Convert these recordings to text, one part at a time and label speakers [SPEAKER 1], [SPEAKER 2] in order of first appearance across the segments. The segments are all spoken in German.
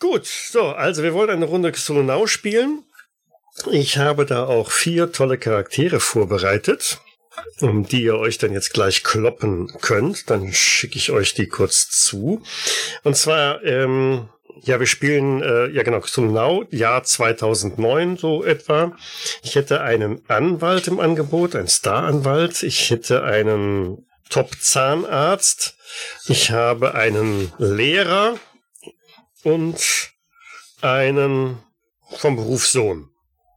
[SPEAKER 1] Gut, so, also wir wollen eine Runde Solonau spielen. Ich habe da auch vier tolle Charaktere vorbereitet, um die ihr euch dann jetzt gleich kloppen könnt. Dann schicke ich euch die kurz zu. Und zwar, ähm, ja, wir spielen, äh, ja genau, Solonau, Jahr 2009 so etwa. Ich hätte einen Anwalt im Angebot, einen Staranwalt. Ich hätte einen Top-Zahnarzt. Ich habe einen Lehrer und einen vom Beruf Sohn.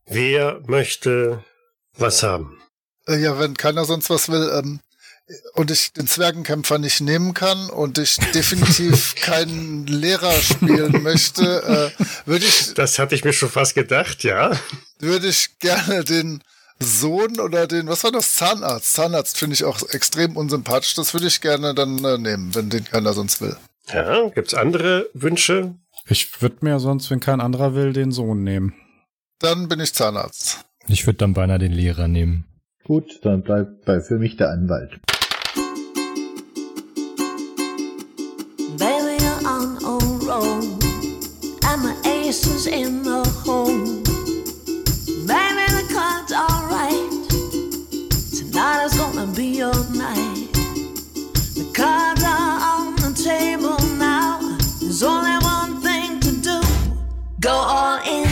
[SPEAKER 1] Wer möchte was haben?
[SPEAKER 2] Äh, Ja, wenn keiner sonst was will ähm, und ich den Zwergenkämpfer nicht nehmen kann und ich definitiv keinen Lehrer spielen möchte, äh, würde ich,
[SPEAKER 1] Das hatte ich mir schon fast gedacht, ja.
[SPEAKER 2] würde ich gerne den Sohn oder den, was war das, Zahnarzt. Zahnarzt finde ich auch extrem unsympathisch. Das würde ich gerne dann äh, nehmen, wenn den keiner sonst will.
[SPEAKER 1] Ja, gibt's andere Wünsche?
[SPEAKER 3] Ich würde mir sonst, wenn kein anderer will, den Sohn nehmen.
[SPEAKER 2] Dann bin ich Zahnarzt.
[SPEAKER 4] Ich würde dann beinahe den Lehrer nehmen.
[SPEAKER 5] Gut, dann bleibt bei für mich der Anwalt.
[SPEAKER 6] Baby, you're on a roll. And my ace is in the hole. Baby, the cards are right. Tonight is gonna be your night. The cards are on the table now. There's only one thing to do. Go all in.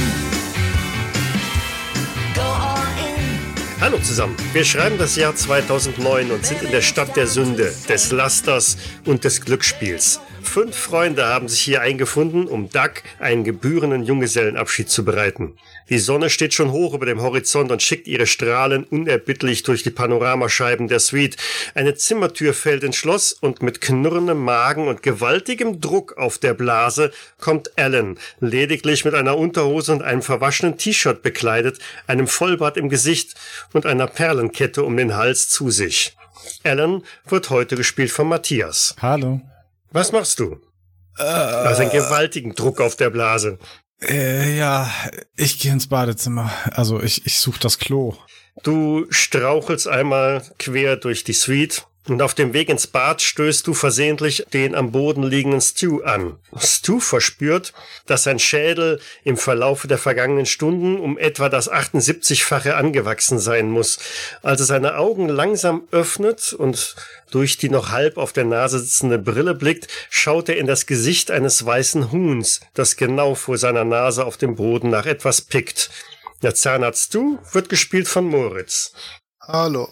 [SPEAKER 6] Go all in.
[SPEAKER 1] Hallo zusammen. Wir schreiben das Jahr 2009 und sind in der Stadt der Sünde, des Lasters und des Glücksspiels. Fünf Freunde haben sich hier eingefunden, um Duck einen gebührenden Junggesellenabschied zu bereiten. Die Sonne steht schon hoch über dem Horizont und schickt ihre Strahlen unerbittlich durch die Panoramascheiben der Suite. Eine Zimmertür fällt ins Schloss und mit knurrendem Magen und gewaltigem Druck auf der Blase kommt Alan, lediglich mit einer Unterhose und einem verwaschenen T-Shirt bekleidet, einem Vollbart im Gesicht und einer Perlenkette um den Hals zu sich. Alan wird heute gespielt von Matthias.
[SPEAKER 3] Hallo.
[SPEAKER 1] Was machst du? also einen gewaltigen Druck auf der Blase.
[SPEAKER 3] Äh, ja, ich gehe ins Badezimmer. Also ich, ich suche das Klo.
[SPEAKER 1] Du strauchelst einmal quer durch die Suite und auf dem Weg ins Bad stößt du versehentlich den am Boden liegenden Stu an. Stu verspürt, dass sein Schädel im Verlaufe der vergangenen Stunden um etwa das 78-fache angewachsen sein muss. Als er seine Augen langsam öffnet und durch die noch halb auf der Nase sitzende Brille blickt, schaut er in das Gesicht eines weißen Huhns, das genau vor seiner Nase auf dem Boden nach etwas pickt. Der Zahnarzt Du wird gespielt von Moritz.
[SPEAKER 2] Hallo.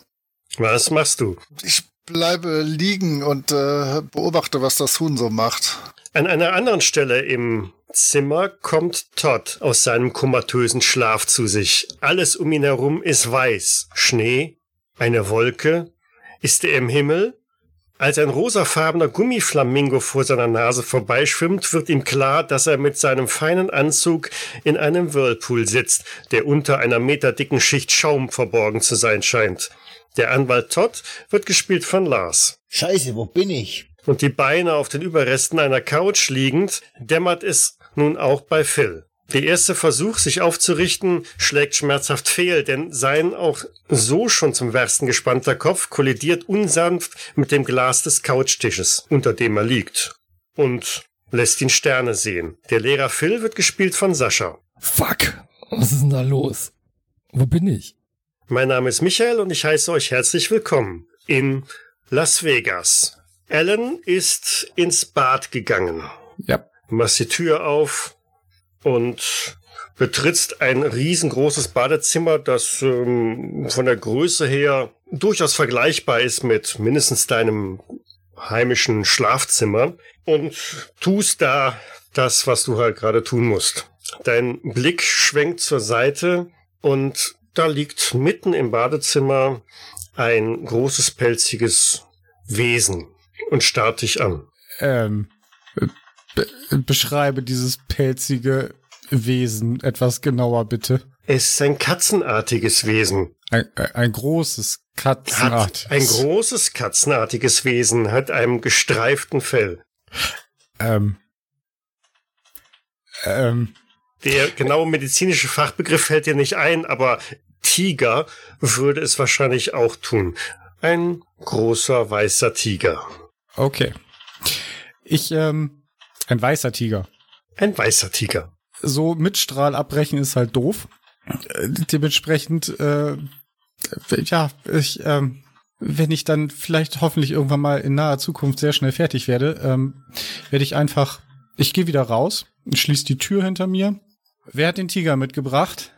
[SPEAKER 1] Was machst du?
[SPEAKER 2] Ich bleibe liegen und äh, beobachte, was das Huhn so macht.
[SPEAKER 1] An einer anderen Stelle im Zimmer kommt Todd aus seinem komatösen Schlaf zu sich. Alles um ihn herum ist weiß. Schnee, eine Wolke. Ist er im Himmel? Als ein rosafarbener Gummiflamingo vor seiner Nase vorbeischwimmt, wird ihm klar, dass er mit seinem feinen Anzug in einem Whirlpool sitzt, der unter einer meterdicken Schicht Schaum verborgen zu sein scheint. Der Anwalt Todd wird gespielt von Lars.
[SPEAKER 7] Scheiße, wo bin ich?
[SPEAKER 1] und die Beine auf den Überresten einer Couch liegend, dämmert es nun auch bei Phil. Der erste Versuch, sich aufzurichten, schlägt schmerzhaft fehl, denn sein auch so schon zum Wersten gespannter Kopf kollidiert unsanft mit dem Glas des Couchtisches, unter dem er liegt. Und lässt ihn Sterne sehen. Der Lehrer Phil wird gespielt von Sascha.
[SPEAKER 4] Fuck! Was ist denn da los? Wo bin ich?
[SPEAKER 1] Mein Name ist Michael und ich heiße euch herzlich willkommen in Las Vegas. Alan ist ins Bad gegangen.
[SPEAKER 3] Ja.
[SPEAKER 1] Du machst die Tür auf und betrittst ein riesengroßes Badezimmer, das ähm, von der Größe her durchaus vergleichbar ist mit mindestens deinem heimischen Schlafzimmer und tust da das, was du halt gerade tun musst. Dein Blick schwenkt zur Seite und da liegt mitten im Badezimmer ein großes pelziges Wesen und starrt dich an.
[SPEAKER 3] Ähm, be beschreibe dieses pelzige Wesen etwas genauer, bitte.
[SPEAKER 1] Es ist ein katzenartiges Wesen.
[SPEAKER 3] Ein, ein großes Katzenart.
[SPEAKER 1] Hat ein großes katzenartiges Wesen, hat einem gestreiften Fell.
[SPEAKER 3] Ähm. Ähm.
[SPEAKER 1] Der genaue medizinische Fachbegriff fällt dir nicht ein, aber Tiger würde es wahrscheinlich auch tun. Ein großer weißer Tiger.
[SPEAKER 3] Okay. Ich, ähm, ein weißer Tiger.
[SPEAKER 1] Ein weißer Tiger.
[SPEAKER 3] So mit Strahl abbrechen ist halt doof. Äh, Dementsprechend, äh, äh, ja, ich, ähm, wenn ich dann vielleicht hoffentlich irgendwann mal in naher Zukunft sehr schnell fertig werde, ähm, werde ich einfach, ich gehe wieder raus, schließe die Tür hinter mir. Wer hat den Tiger mitgebracht?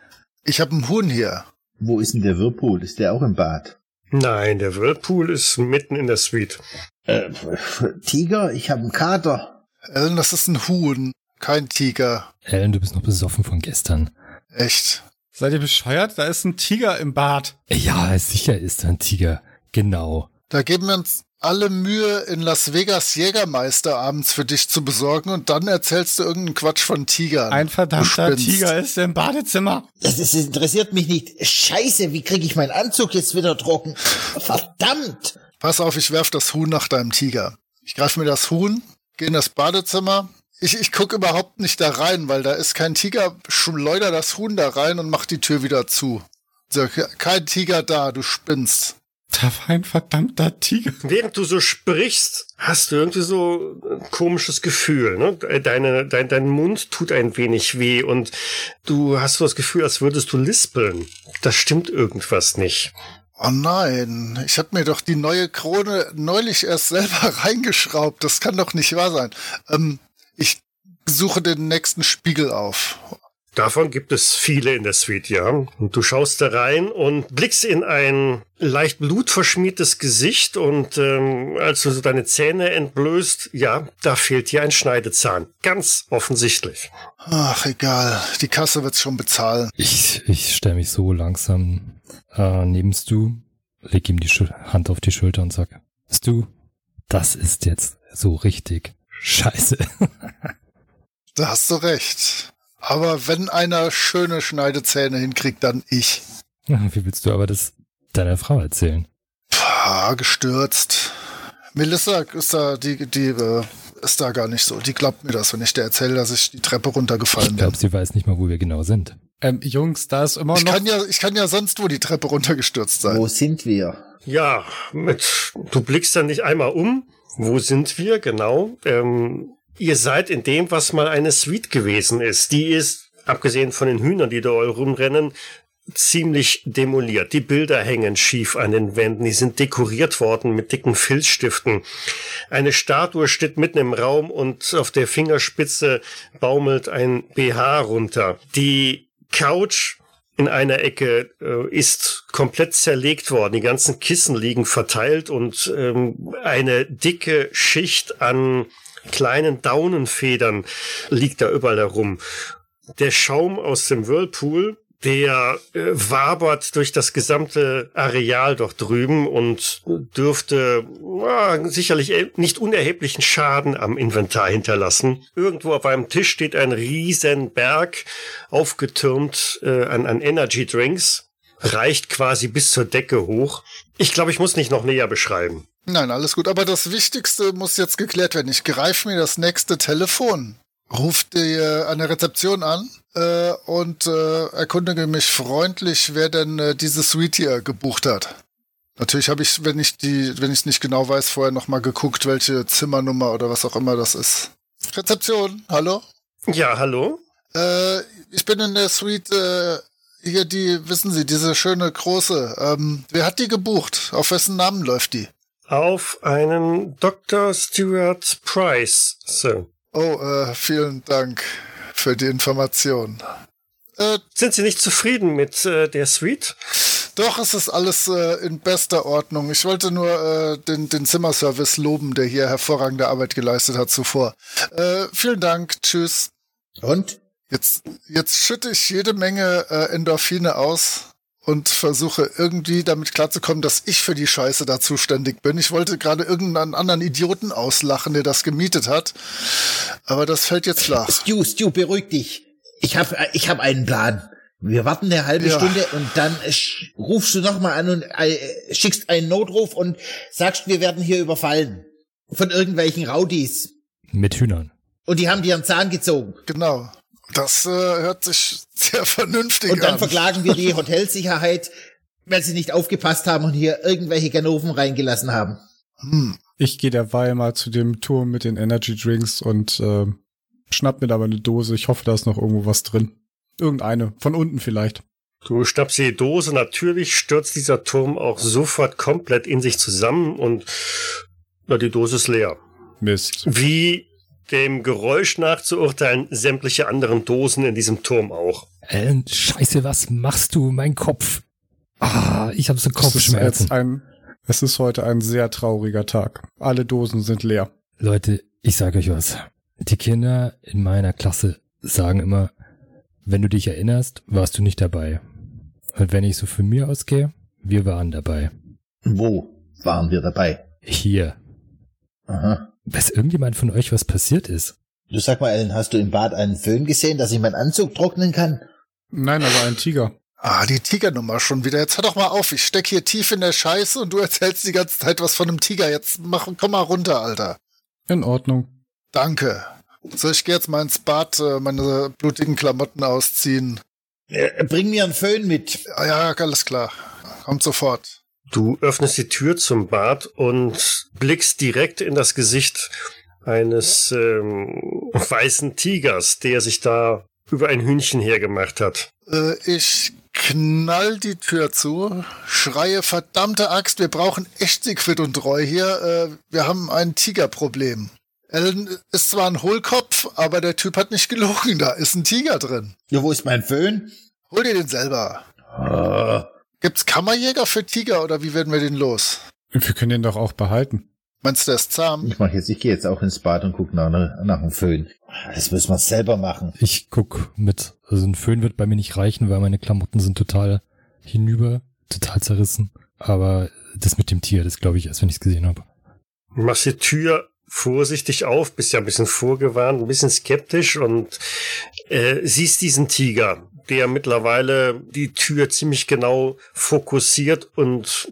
[SPEAKER 2] Ich habe einen Huhn hier.
[SPEAKER 5] Wo ist denn der Whirlpool? Ist der auch im Bad?
[SPEAKER 1] Nein, der Whirlpool ist mitten in der Suite.
[SPEAKER 5] Äh, pf, Tiger, ich habe einen Kater.
[SPEAKER 2] Ellen, das ist ein Huhn, kein Tiger.
[SPEAKER 4] Helen, du bist noch besoffen von gestern.
[SPEAKER 2] Echt.
[SPEAKER 3] Seid ihr bescheuert? Da ist ein Tiger im Bad.
[SPEAKER 4] Ja, sicher ist da ein Tiger. Genau.
[SPEAKER 2] Da geben wir uns alle Mühe, in Las Vegas Jägermeister abends für dich zu besorgen und dann erzählst du irgendeinen Quatsch von Tigern.
[SPEAKER 3] Ein verdammter
[SPEAKER 2] Du spinnst.
[SPEAKER 3] Tiger ist im Badezimmer.
[SPEAKER 7] Das, ist, das interessiert mich nicht. Scheiße, wie kriege ich meinen Anzug jetzt wieder trocken? Verdammt!
[SPEAKER 2] Pass auf, ich werf das Huhn nach deinem Tiger. Ich greife mir das Huhn, gehe in das Badezimmer. Ich, ich gucke überhaupt nicht da rein, weil da ist kein Tiger. Schleuder das Huhn da rein und mach die Tür wieder zu. So, ke- kein Tiger da, du spinnst.
[SPEAKER 3] Da war ein verdammter Tiger.
[SPEAKER 1] Während du so sprichst, hast du irgendwie so ein komisches Gefühl. Ne? Deine, dein, dein Mund tut ein wenig weh und du hast so das Gefühl, als würdest du lispeln. Da stimmt irgendwas nicht.
[SPEAKER 2] Oh nein, ich habe mir doch die neue Krone neulich erst selber reingeschraubt. Das kann doch nicht wahr sein. Ähm, ich suche den nächsten Spiegel auf.
[SPEAKER 1] Davon gibt es viele in der Suite, ja. Und du schaust da rein und blickst in ein leicht blutverschmiertes Gesicht und ähm, als du so deine Zähne entblößt, ja, da fehlt dir ein Schneidezahn. Ganz offensichtlich.
[SPEAKER 2] Ach, egal. Die Kasse wird's schon bezahlen.
[SPEAKER 4] Ich, ich stelle mich so langsam äh, neben Stu, leg ihm die Schul Hand auf die Schulter und sag, Stu, das ist jetzt so richtig scheiße.
[SPEAKER 2] Da hast du recht. Aber wenn einer schöne Schneidezähne hinkriegt, dann ich.
[SPEAKER 4] Wie willst du aber das deiner Frau erzählen?
[SPEAKER 2] Pah, gestürzt. Melissa ist da, die, die, äh, ist da gar nicht so. Die glaubt mir das, wenn ich dir erzähle, dass ich die Treppe runtergefallen
[SPEAKER 4] Ich
[SPEAKER 2] bin.
[SPEAKER 4] glaube, sie weiß nicht mal, wo wir genau sind.
[SPEAKER 3] Ähm, Jungs, da ist immer
[SPEAKER 2] Ich
[SPEAKER 3] noch.
[SPEAKER 2] kann ja, ich kann ja sonst wo die Treppe runtergestürzt sein.
[SPEAKER 5] Wo sind wir?
[SPEAKER 1] Ja, mit, du blickst dann nicht einmal um. Wo sind wir genau? Ähm, ihr seid in dem, was mal eine Suite gewesen ist. Die ist, abgesehen von den Hühnern, die da rumrennen, ziemlich demoliert. Die Bilder hängen schief an den Wänden. Die sind dekoriert worden mit dicken Filzstiften. Eine Statue steht mitten im Raum und auf der Fingerspitze baumelt ein BH runter. Die Couch in einer Ecke äh, ist komplett zerlegt worden. Die ganzen Kissen liegen verteilt und ähm, eine dicke Schicht an kleinen Daunenfedern liegt da überall herum. Der Schaum aus dem Whirlpool, der äh, wabert durch das gesamte Areal dort drüben und dürfte ah, sicherlich eh- nicht unerheblichen Schaden am Inventar hinterlassen. Irgendwo auf einem Tisch steht ein riesen Berg, aufgetürmt äh, an, an Energy Drinks, reicht quasi bis zur Decke hoch. Ich glaube, ich muss nicht noch näher beschreiben.
[SPEAKER 2] Nein, alles gut. Aber das Wichtigste muss jetzt geklärt werden. Ich greife mir das nächste Telefon, rufe die äh, an der Rezeption an äh, und äh, erkundige mich freundlich, wer denn äh, diese Suite hier gebucht hat. Natürlich habe ich, wenn ich die, wenn ich es nicht genau weiß, vorher nochmal geguckt, welche Zimmernummer oder was auch immer das ist. Rezeption, hallo?
[SPEAKER 1] Ja, hallo?
[SPEAKER 2] Äh, ich bin in der Suite, äh, hier die, wissen Sie, diese schöne große. Ähm, wer hat die gebucht? Auf wessen Namen läuft die?
[SPEAKER 1] Auf einen Dr. Stuart Price, Sir.
[SPEAKER 2] Oh, äh, vielen Dank für die Information. Äh,
[SPEAKER 1] Sind Sie nicht zufrieden mit äh, der Suite?
[SPEAKER 2] doch, es ist alles äh, in bester Ordnung. Ich wollte nur äh, den, den Zimmerservice loben, der hier hervorragende Arbeit geleistet hat zuvor. Äh, vielen Dank, tschüss.
[SPEAKER 5] Und?
[SPEAKER 2] Jetzt, jetzt schütte ich jede Menge äh, Endorphine aus und versuche irgendwie damit klarzukommen, dass ich für die Scheiße da zuständig bin. Ich wollte gerade irgendeinen anderen Idioten auslachen, der das gemietet hat. Aber das fällt jetzt flach.
[SPEAKER 7] Stu, Stu, beruhig dich. Ich hab, äh, ich hab einen Plan. Wir warten eine halbe
[SPEAKER 2] Ja.
[SPEAKER 7] Stunde und dann äh, sch- rufst du nochmal an und äh, schickst einen Notruf und sagst, wir werden hier überfallen. Von irgendwelchen Raudis.
[SPEAKER 4] Mit Hühnern.
[SPEAKER 7] Und die haben dir einen Zahn gezogen.
[SPEAKER 2] Genau. Das äh, hört sich sehr vernünftig
[SPEAKER 7] Und dann
[SPEAKER 2] an.
[SPEAKER 7] verklagen wir die Hotelsicherheit, weil sie nicht aufgepasst haben und hier irgendwelche Ganoven reingelassen haben.
[SPEAKER 2] Hm.
[SPEAKER 3] Ich gehe derweil mal zu dem Turm mit den Energy Drinks und äh, Schnapp mir aber eine Dose. Ich hoffe, da ist noch irgendwo was drin. Irgendeine. Von unten vielleicht.
[SPEAKER 1] Du schnappst die Dose, natürlich stürzt dieser Turm auch sofort komplett in sich zusammen und na, die Dose ist leer.
[SPEAKER 3] Mist.
[SPEAKER 1] Wie dem Geräusch nach zu urteilen, sämtliche anderen Dosen in diesem Turm auch.
[SPEAKER 4] Alan, scheiße, was machst du? Mein Kopf. Ah, ich habe so
[SPEAKER 3] Es ist jetzt
[SPEAKER 4] Kopfschmerzen.
[SPEAKER 3] ein, es ist heute ein sehr trauriger Tag. Alle Dosen sind leer.
[SPEAKER 4] Leute, ich sage euch was. Die Kinder in meiner Klasse sagen immer, wenn du dich erinnerst, warst du nicht dabei. Und wenn ich so von mir ausgehe, wir waren dabei.
[SPEAKER 7] Wo waren wir dabei?
[SPEAKER 4] Hier.
[SPEAKER 7] Aha.
[SPEAKER 4] Weiß irgendjemand von euch, was passiert ist?
[SPEAKER 7] Du sag mal, Ellen, hast du im Bad einen Föhn gesehen, dass ich meinen Anzug trocknen kann?
[SPEAKER 3] Nein, aber ein Tiger.
[SPEAKER 2] Ah, die Tigernummer schon wieder. Jetzt hör doch mal auf. Ich steck hier tief in der Scheiße und du erzählst die ganze Zeit was von einem Tiger. Jetzt mach, komm mal runter, Alter.
[SPEAKER 3] In Ordnung.
[SPEAKER 2] Danke. So, ich gehe jetzt mal ins Bad, äh, meine blutigen Klamotten ausziehen.
[SPEAKER 7] Äh, Bring mir einen Föhn mit.
[SPEAKER 2] Ah, ja, alles klar. Kommt sofort.
[SPEAKER 1] Du öffnest die Tür zum Bad und blickst direkt in das Gesicht eines ähm, weißen Tigers, der sich da über ein Hühnchen hergemacht hat.
[SPEAKER 2] Äh, ich knall die Tür zu, schreie verdammte Axt, wir brauchen echt Siegfried und Roy hier. Äh, wir haben ein Tigerproblem. Ellen ist zwar ein Hohlkopf, aber der Typ hat nicht gelogen. Da ist ein Tiger drin.
[SPEAKER 7] Ja, wo ist mein Föhn?
[SPEAKER 2] Hol dir den selber.
[SPEAKER 7] Ah.
[SPEAKER 2] Gibt's Kammerjäger für Tiger oder wie werden wir den los?
[SPEAKER 3] Wir können den doch auch behalten.
[SPEAKER 2] Meinst du, der ist zahm?
[SPEAKER 7] Ich mach jetzt, ich gehe jetzt auch ins Bad und guck nach, nach dem Föhn. Das müssen wir selber machen.
[SPEAKER 4] Ich guck mit. Also ein Föhn wird bei mir nicht reichen, weil meine Klamotten sind total hinüber, total zerrissen. Aber das mit dem Tier, das glaube ich erst, wenn ich es gesehen habe.
[SPEAKER 1] Du machst die Tür vorsichtig auf, bist ja ein bisschen vorgewarnt, ein bisschen skeptisch und äh, siehst diesen Tiger, der mittlerweile die Tür ziemlich genau fokussiert und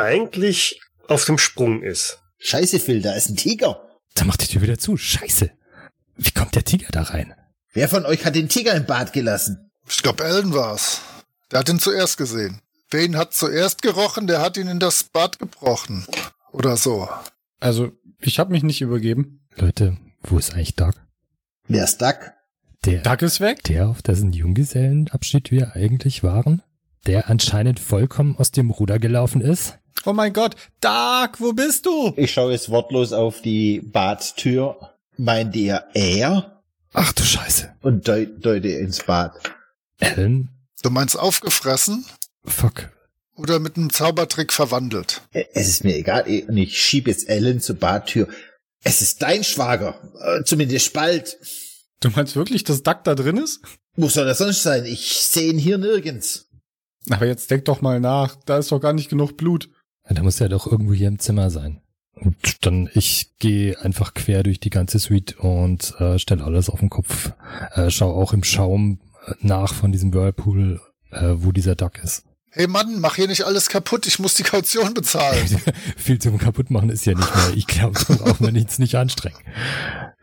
[SPEAKER 1] eigentlich auf dem Sprung ist.
[SPEAKER 7] Scheiße, Phil, da ist ein Tiger.
[SPEAKER 4] Da macht die Tür wieder zu. Scheiße. Wie kommt der Tiger da rein?
[SPEAKER 7] Wer von euch hat den Tiger im Bad gelassen?
[SPEAKER 2] Ich glaub, Ellen war's. Der hat ihn zuerst gesehen. Wer ihn hat zuerst gerochen, der hat ihn in das Bad gebrochen. Oder so.
[SPEAKER 3] Also, ich habe mich nicht übergeben.
[SPEAKER 4] Leute, wo ist eigentlich Doug?
[SPEAKER 7] Wer ist Duck?
[SPEAKER 4] Der,
[SPEAKER 3] Doug ist weg.
[SPEAKER 4] der, auf dessen Junggesellenabschied wir eigentlich waren? Der anscheinend vollkommen aus dem Ruder gelaufen ist?
[SPEAKER 3] Oh mein Gott. Doug, wo bist du?
[SPEAKER 7] Ich schaue jetzt wortlos auf die Badtür. Meint ihr er?
[SPEAKER 4] Ach du Scheiße.
[SPEAKER 7] Und deu- deute ins Bad.
[SPEAKER 4] Alan?
[SPEAKER 2] Du meinst aufgefressen
[SPEAKER 4] Fuck.
[SPEAKER 2] oder mit einem Zaubertrick verwandelt?
[SPEAKER 7] Ä- Es ist mir egal. ich- Und ich schiebe jetzt Ellen zur Badtür. Es ist dein Schwager. Äh, Zumindest bald.
[SPEAKER 3] Du meinst wirklich, dass Doug da drin ist?
[SPEAKER 7] Wo soll das sonst sein? Ich sehe ihn hier nirgends.
[SPEAKER 3] Aber jetzt denk doch mal nach. Da ist doch gar nicht genug Blut.
[SPEAKER 4] Ja, Da muss er doch irgendwo hier im Zimmer sein. Und dann, ich gehe einfach quer durch die ganze Suite und äh, stelle alles auf den Kopf. Äh, schau auch im Schaum äh, nach von diesem Whirlpool, äh, wo dieser Duck ist.
[SPEAKER 2] Hey Mann, mach hier nicht alles kaputt, ich muss die Kaution bezahlen.
[SPEAKER 4] Viel zum kaputt machen ist ja nicht mehr. Ich glaube, da braucht man jetzt nicht anstrengen.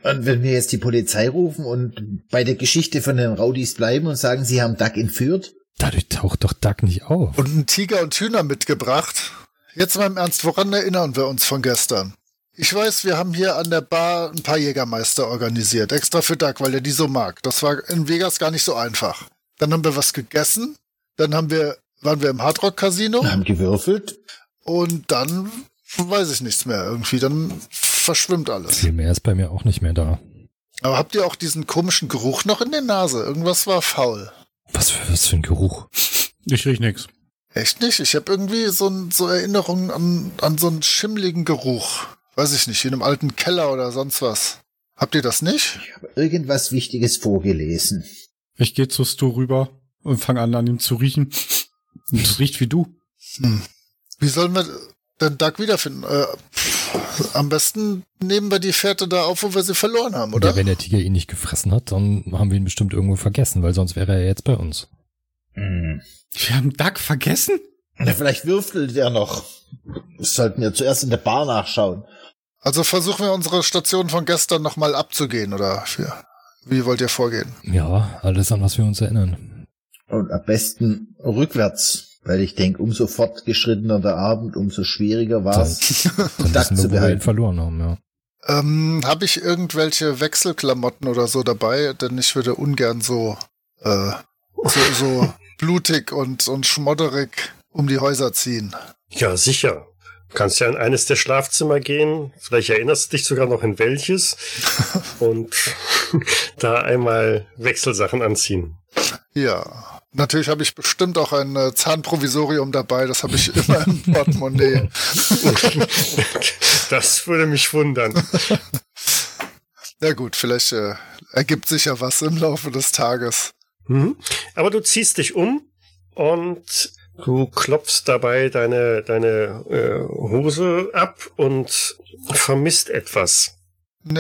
[SPEAKER 7] Und wenn wir jetzt die Polizei rufen und bei der Geschichte von den Rowdies bleiben und sagen, sie haben Duck entführt?
[SPEAKER 4] Dadurch taucht doch Duck nicht auf.
[SPEAKER 2] Und einen Tiger und Hühner mitgebracht. Jetzt mal im Ernst, woran erinnern wir uns von gestern? Ich weiß, wir haben hier an der Bar ein paar Jägermeister organisiert, extra für Doug, weil er die so mag. Das war in Vegas gar nicht so einfach. Dann haben wir was gegessen, dann haben wir, waren wir im Hardrock Casino
[SPEAKER 7] Wir haben gewürfelt.
[SPEAKER 2] und dann weiß ich nichts mehr irgendwie, dann verschwimmt alles.
[SPEAKER 4] Viel mehr ist bei mir auch nicht mehr da.
[SPEAKER 2] Aber habt ihr auch diesen komischen Geruch noch in der Nase? Irgendwas war faul.
[SPEAKER 4] Was für, was für ein Geruch.
[SPEAKER 3] Ich riech nix.
[SPEAKER 2] Echt nicht? Ich habe irgendwie so, n- so Erinnerungen an, an so einen schimmligen Geruch. Weiß ich nicht, in einem alten Keller oder sonst was. Habt ihr das nicht?
[SPEAKER 7] Irgendwas Wichtiges vorgelesen.
[SPEAKER 3] Ich gehe zu Stu rüber und fange an, an ihm zu riechen. Und Es riecht wie du.
[SPEAKER 2] Wie sollen wir denn Doug wiederfinden? Äh, pff, am besten nehmen wir die Fährte da auf, wo wir sie verloren haben, oder?
[SPEAKER 4] Ja, wenn der Tiger ihn nicht gefressen hat, dann haben wir ihn bestimmt irgendwo vergessen, weil sonst wäre er jetzt bei uns.
[SPEAKER 7] Hm.
[SPEAKER 3] Wir haben Doug vergessen?
[SPEAKER 7] Na, vielleicht würfelt er noch. Das sollten wir zuerst in der Bar nachschauen.
[SPEAKER 2] also versuchen wir unsere Station von gestern nochmal abzugehen, oder? Wie, wie wollt ihr vorgehen?
[SPEAKER 4] Ja, alles an was wir uns erinnern.
[SPEAKER 7] Und am besten rückwärts. Weil ich denke, umso fortgeschrittener der Abend, umso schwieriger war es,
[SPEAKER 4] Dann
[SPEAKER 7] Duck
[SPEAKER 4] wissen wir, wo wir
[SPEAKER 7] zu
[SPEAKER 4] ihn
[SPEAKER 7] behalten.
[SPEAKER 4] verloren haben, ja.
[SPEAKER 2] Ähm, Habe ich irgendwelche Wechselklamotten oder so dabei? Denn ich würde ungern so, äh, so, so blutig und, und schmodderig um die Häuser ziehen.
[SPEAKER 1] Ja, sicher. Du kannst ja in eines der Schlafzimmer gehen. Vielleicht erinnerst du dich sogar noch in welches. und da einmal Wechselsachen anziehen.
[SPEAKER 2] Ja. Natürlich habe ich bestimmt auch ein äh, Zahnprovisorium dabei. Das habe ich immer im Portemonnaie.
[SPEAKER 1] Das würde mich wundern.
[SPEAKER 2] Na gut, vielleicht äh, ergibt sich ja was im Laufe des Tages.
[SPEAKER 1] Mhm. Aber du ziehst dich um und du klopfst dabei deine, deine äh, Hose ab und vermisst etwas.
[SPEAKER 2] Nee,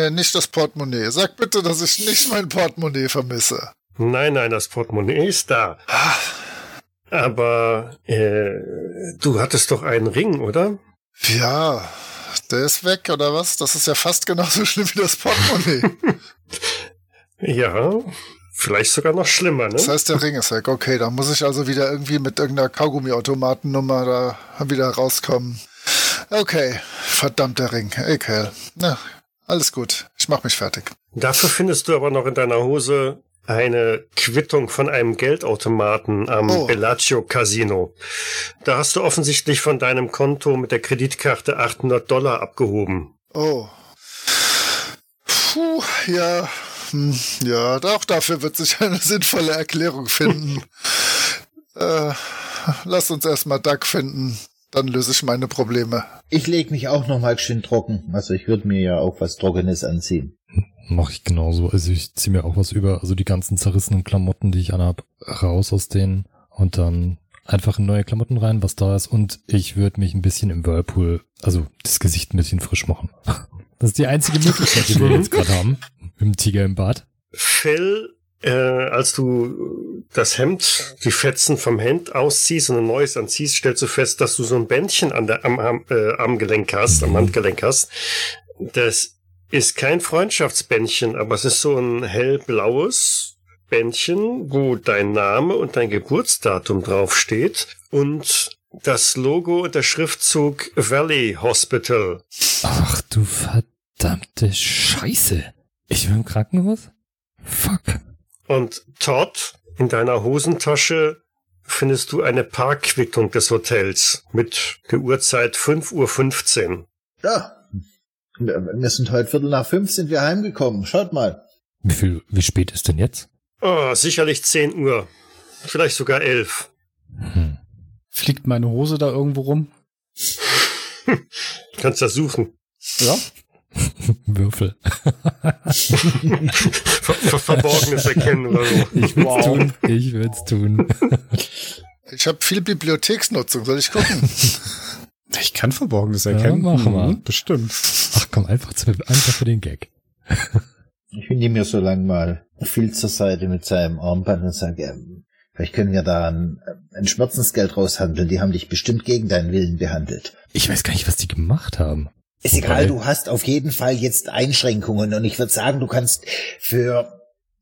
[SPEAKER 2] Ne, nicht das Portemonnaie. Sag bitte, dass ich nicht mein Portemonnaie vermisse.
[SPEAKER 1] Nein, nein, das Portemonnaie ist da. Aber äh, du hattest doch einen Ring, oder?
[SPEAKER 2] Ja, der ist weg, oder was? Das ist ja fast genauso schlimm wie das Portemonnaie.
[SPEAKER 1] Ja, vielleicht sogar noch schlimmer, ne?
[SPEAKER 2] Das heißt, der Ring ist weg. Okay, dann muss ich also wieder irgendwie mit irgendeiner Kaugummiautomatennummer da wieder rauskommen. Okay, verdammt der Ring. Ekel. Na, alles gut. Ich mach mich fertig.
[SPEAKER 1] Dafür findest du aber noch in deiner Hose eine Quittung von einem Geldautomaten am
[SPEAKER 2] Oh.
[SPEAKER 1] Bellagio Casino. Da hast du offensichtlich von deinem Konto mit der Kreditkarte 800 Dollar abgehoben.
[SPEAKER 2] Oh. Puh, ja. Hm, ja, auch dafür wird sich eine sinnvolle Erklärung finden. äh, lass uns erstmal Duck finden. Dann löse ich meine Probleme.
[SPEAKER 7] Ich leg mich auch noch mal schön trocken. Also ich würde mir ja auch was Trockenes anziehen.
[SPEAKER 4] Mach ich genauso. Also ich ziehe mir auch was über, also die ganzen zerrissenen Klamotten, die ich anhab, raus aus denen und dann einfach in neue Klamotten rein, was da ist. Und ich würde mich ein bisschen im Whirlpool, also das Gesicht ein bisschen frisch machen. Das ist die einzige Möglichkeit, die wir jetzt gerade haben. Mit dem Tiger im Bad.
[SPEAKER 1] Phil, äh, als du das Hemd, die Fetzen vom Hemd ausziehst und ein neues anziehst, stellst du fest, dass du so ein Bändchen an der, am, am, äh, am Gelenk hast, am Handgelenk hast. Das ist kein Freundschaftsbändchen, aber es ist so ein hellblaues Bändchen, wo dein Name und dein Geburtsdatum draufsteht und das Logo und der Schriftzug Valley Hospital.
[SPEAKER 4] Ach du verdammte Scheiße. Ich bin im Krankenhaus? Fuck.
[SPEAKER 1] Und dort in deiner Hosentasche findest du eine Parkquittung des Hotels mit der Uhrzeit 5.15 Uhr.
[SPEAKER 7] Ja. Wir wir sind heute Viertel nach fünf sind wir heimgekommen. Schaut mal.
[SPEAKER 4] Wie viel, wie spät ist denn jetzt?
[SPEAKER 1] Oh, sicherlich 10 Uhr. Vielleicht sogar 11.
[SPEAKER 4] Hm.
[SPEAKER 3] Fliegt meine Hose da irgendwo rum?
[SPEAKER 1] Kannst das suchen.
[SPEAKER 3] Ja.
[SPEAKER 4] Würfel.
[SPEAKER 1] Ver ver Verborgenes erkennen oder so.
[SPEAKER 4] Ich will's tun. Ich will's tun.
[SPEAKER 2] Ich habe viel Bibliotheksnutzung. Soll ich gucken?
[SPEAKER 3] Ich kann Verborgenes
[SPEAKER 4] erkennen.
[SPEAKER 3] erkennen.
[SPEAKER 4] Mhm,
[SPEAKER 3] Bestimmt.
[SPEAKER 4] Ach komm, einfach, zu, einfach für den Gag.
[SPEAKER 7] Ich nehme mir so lang mal viel zur Seite mit seinem Armband und sage, ähm, vielleicht können wir da ein, ein Schmerzensgeld raushandeln. Die haben dich bestimmt gegen deinen Willen behandelt.
[SPEAKER 4] Ich weiß gar nicht, was die gemacht haben.
[SPEAKER 7] Ist egal,
[SPEAKER 4] Wobei-
[SPEAKER 7] du hast auf jeden Fall jetzt Einschränkungen und ich würde sagen, du kannst für,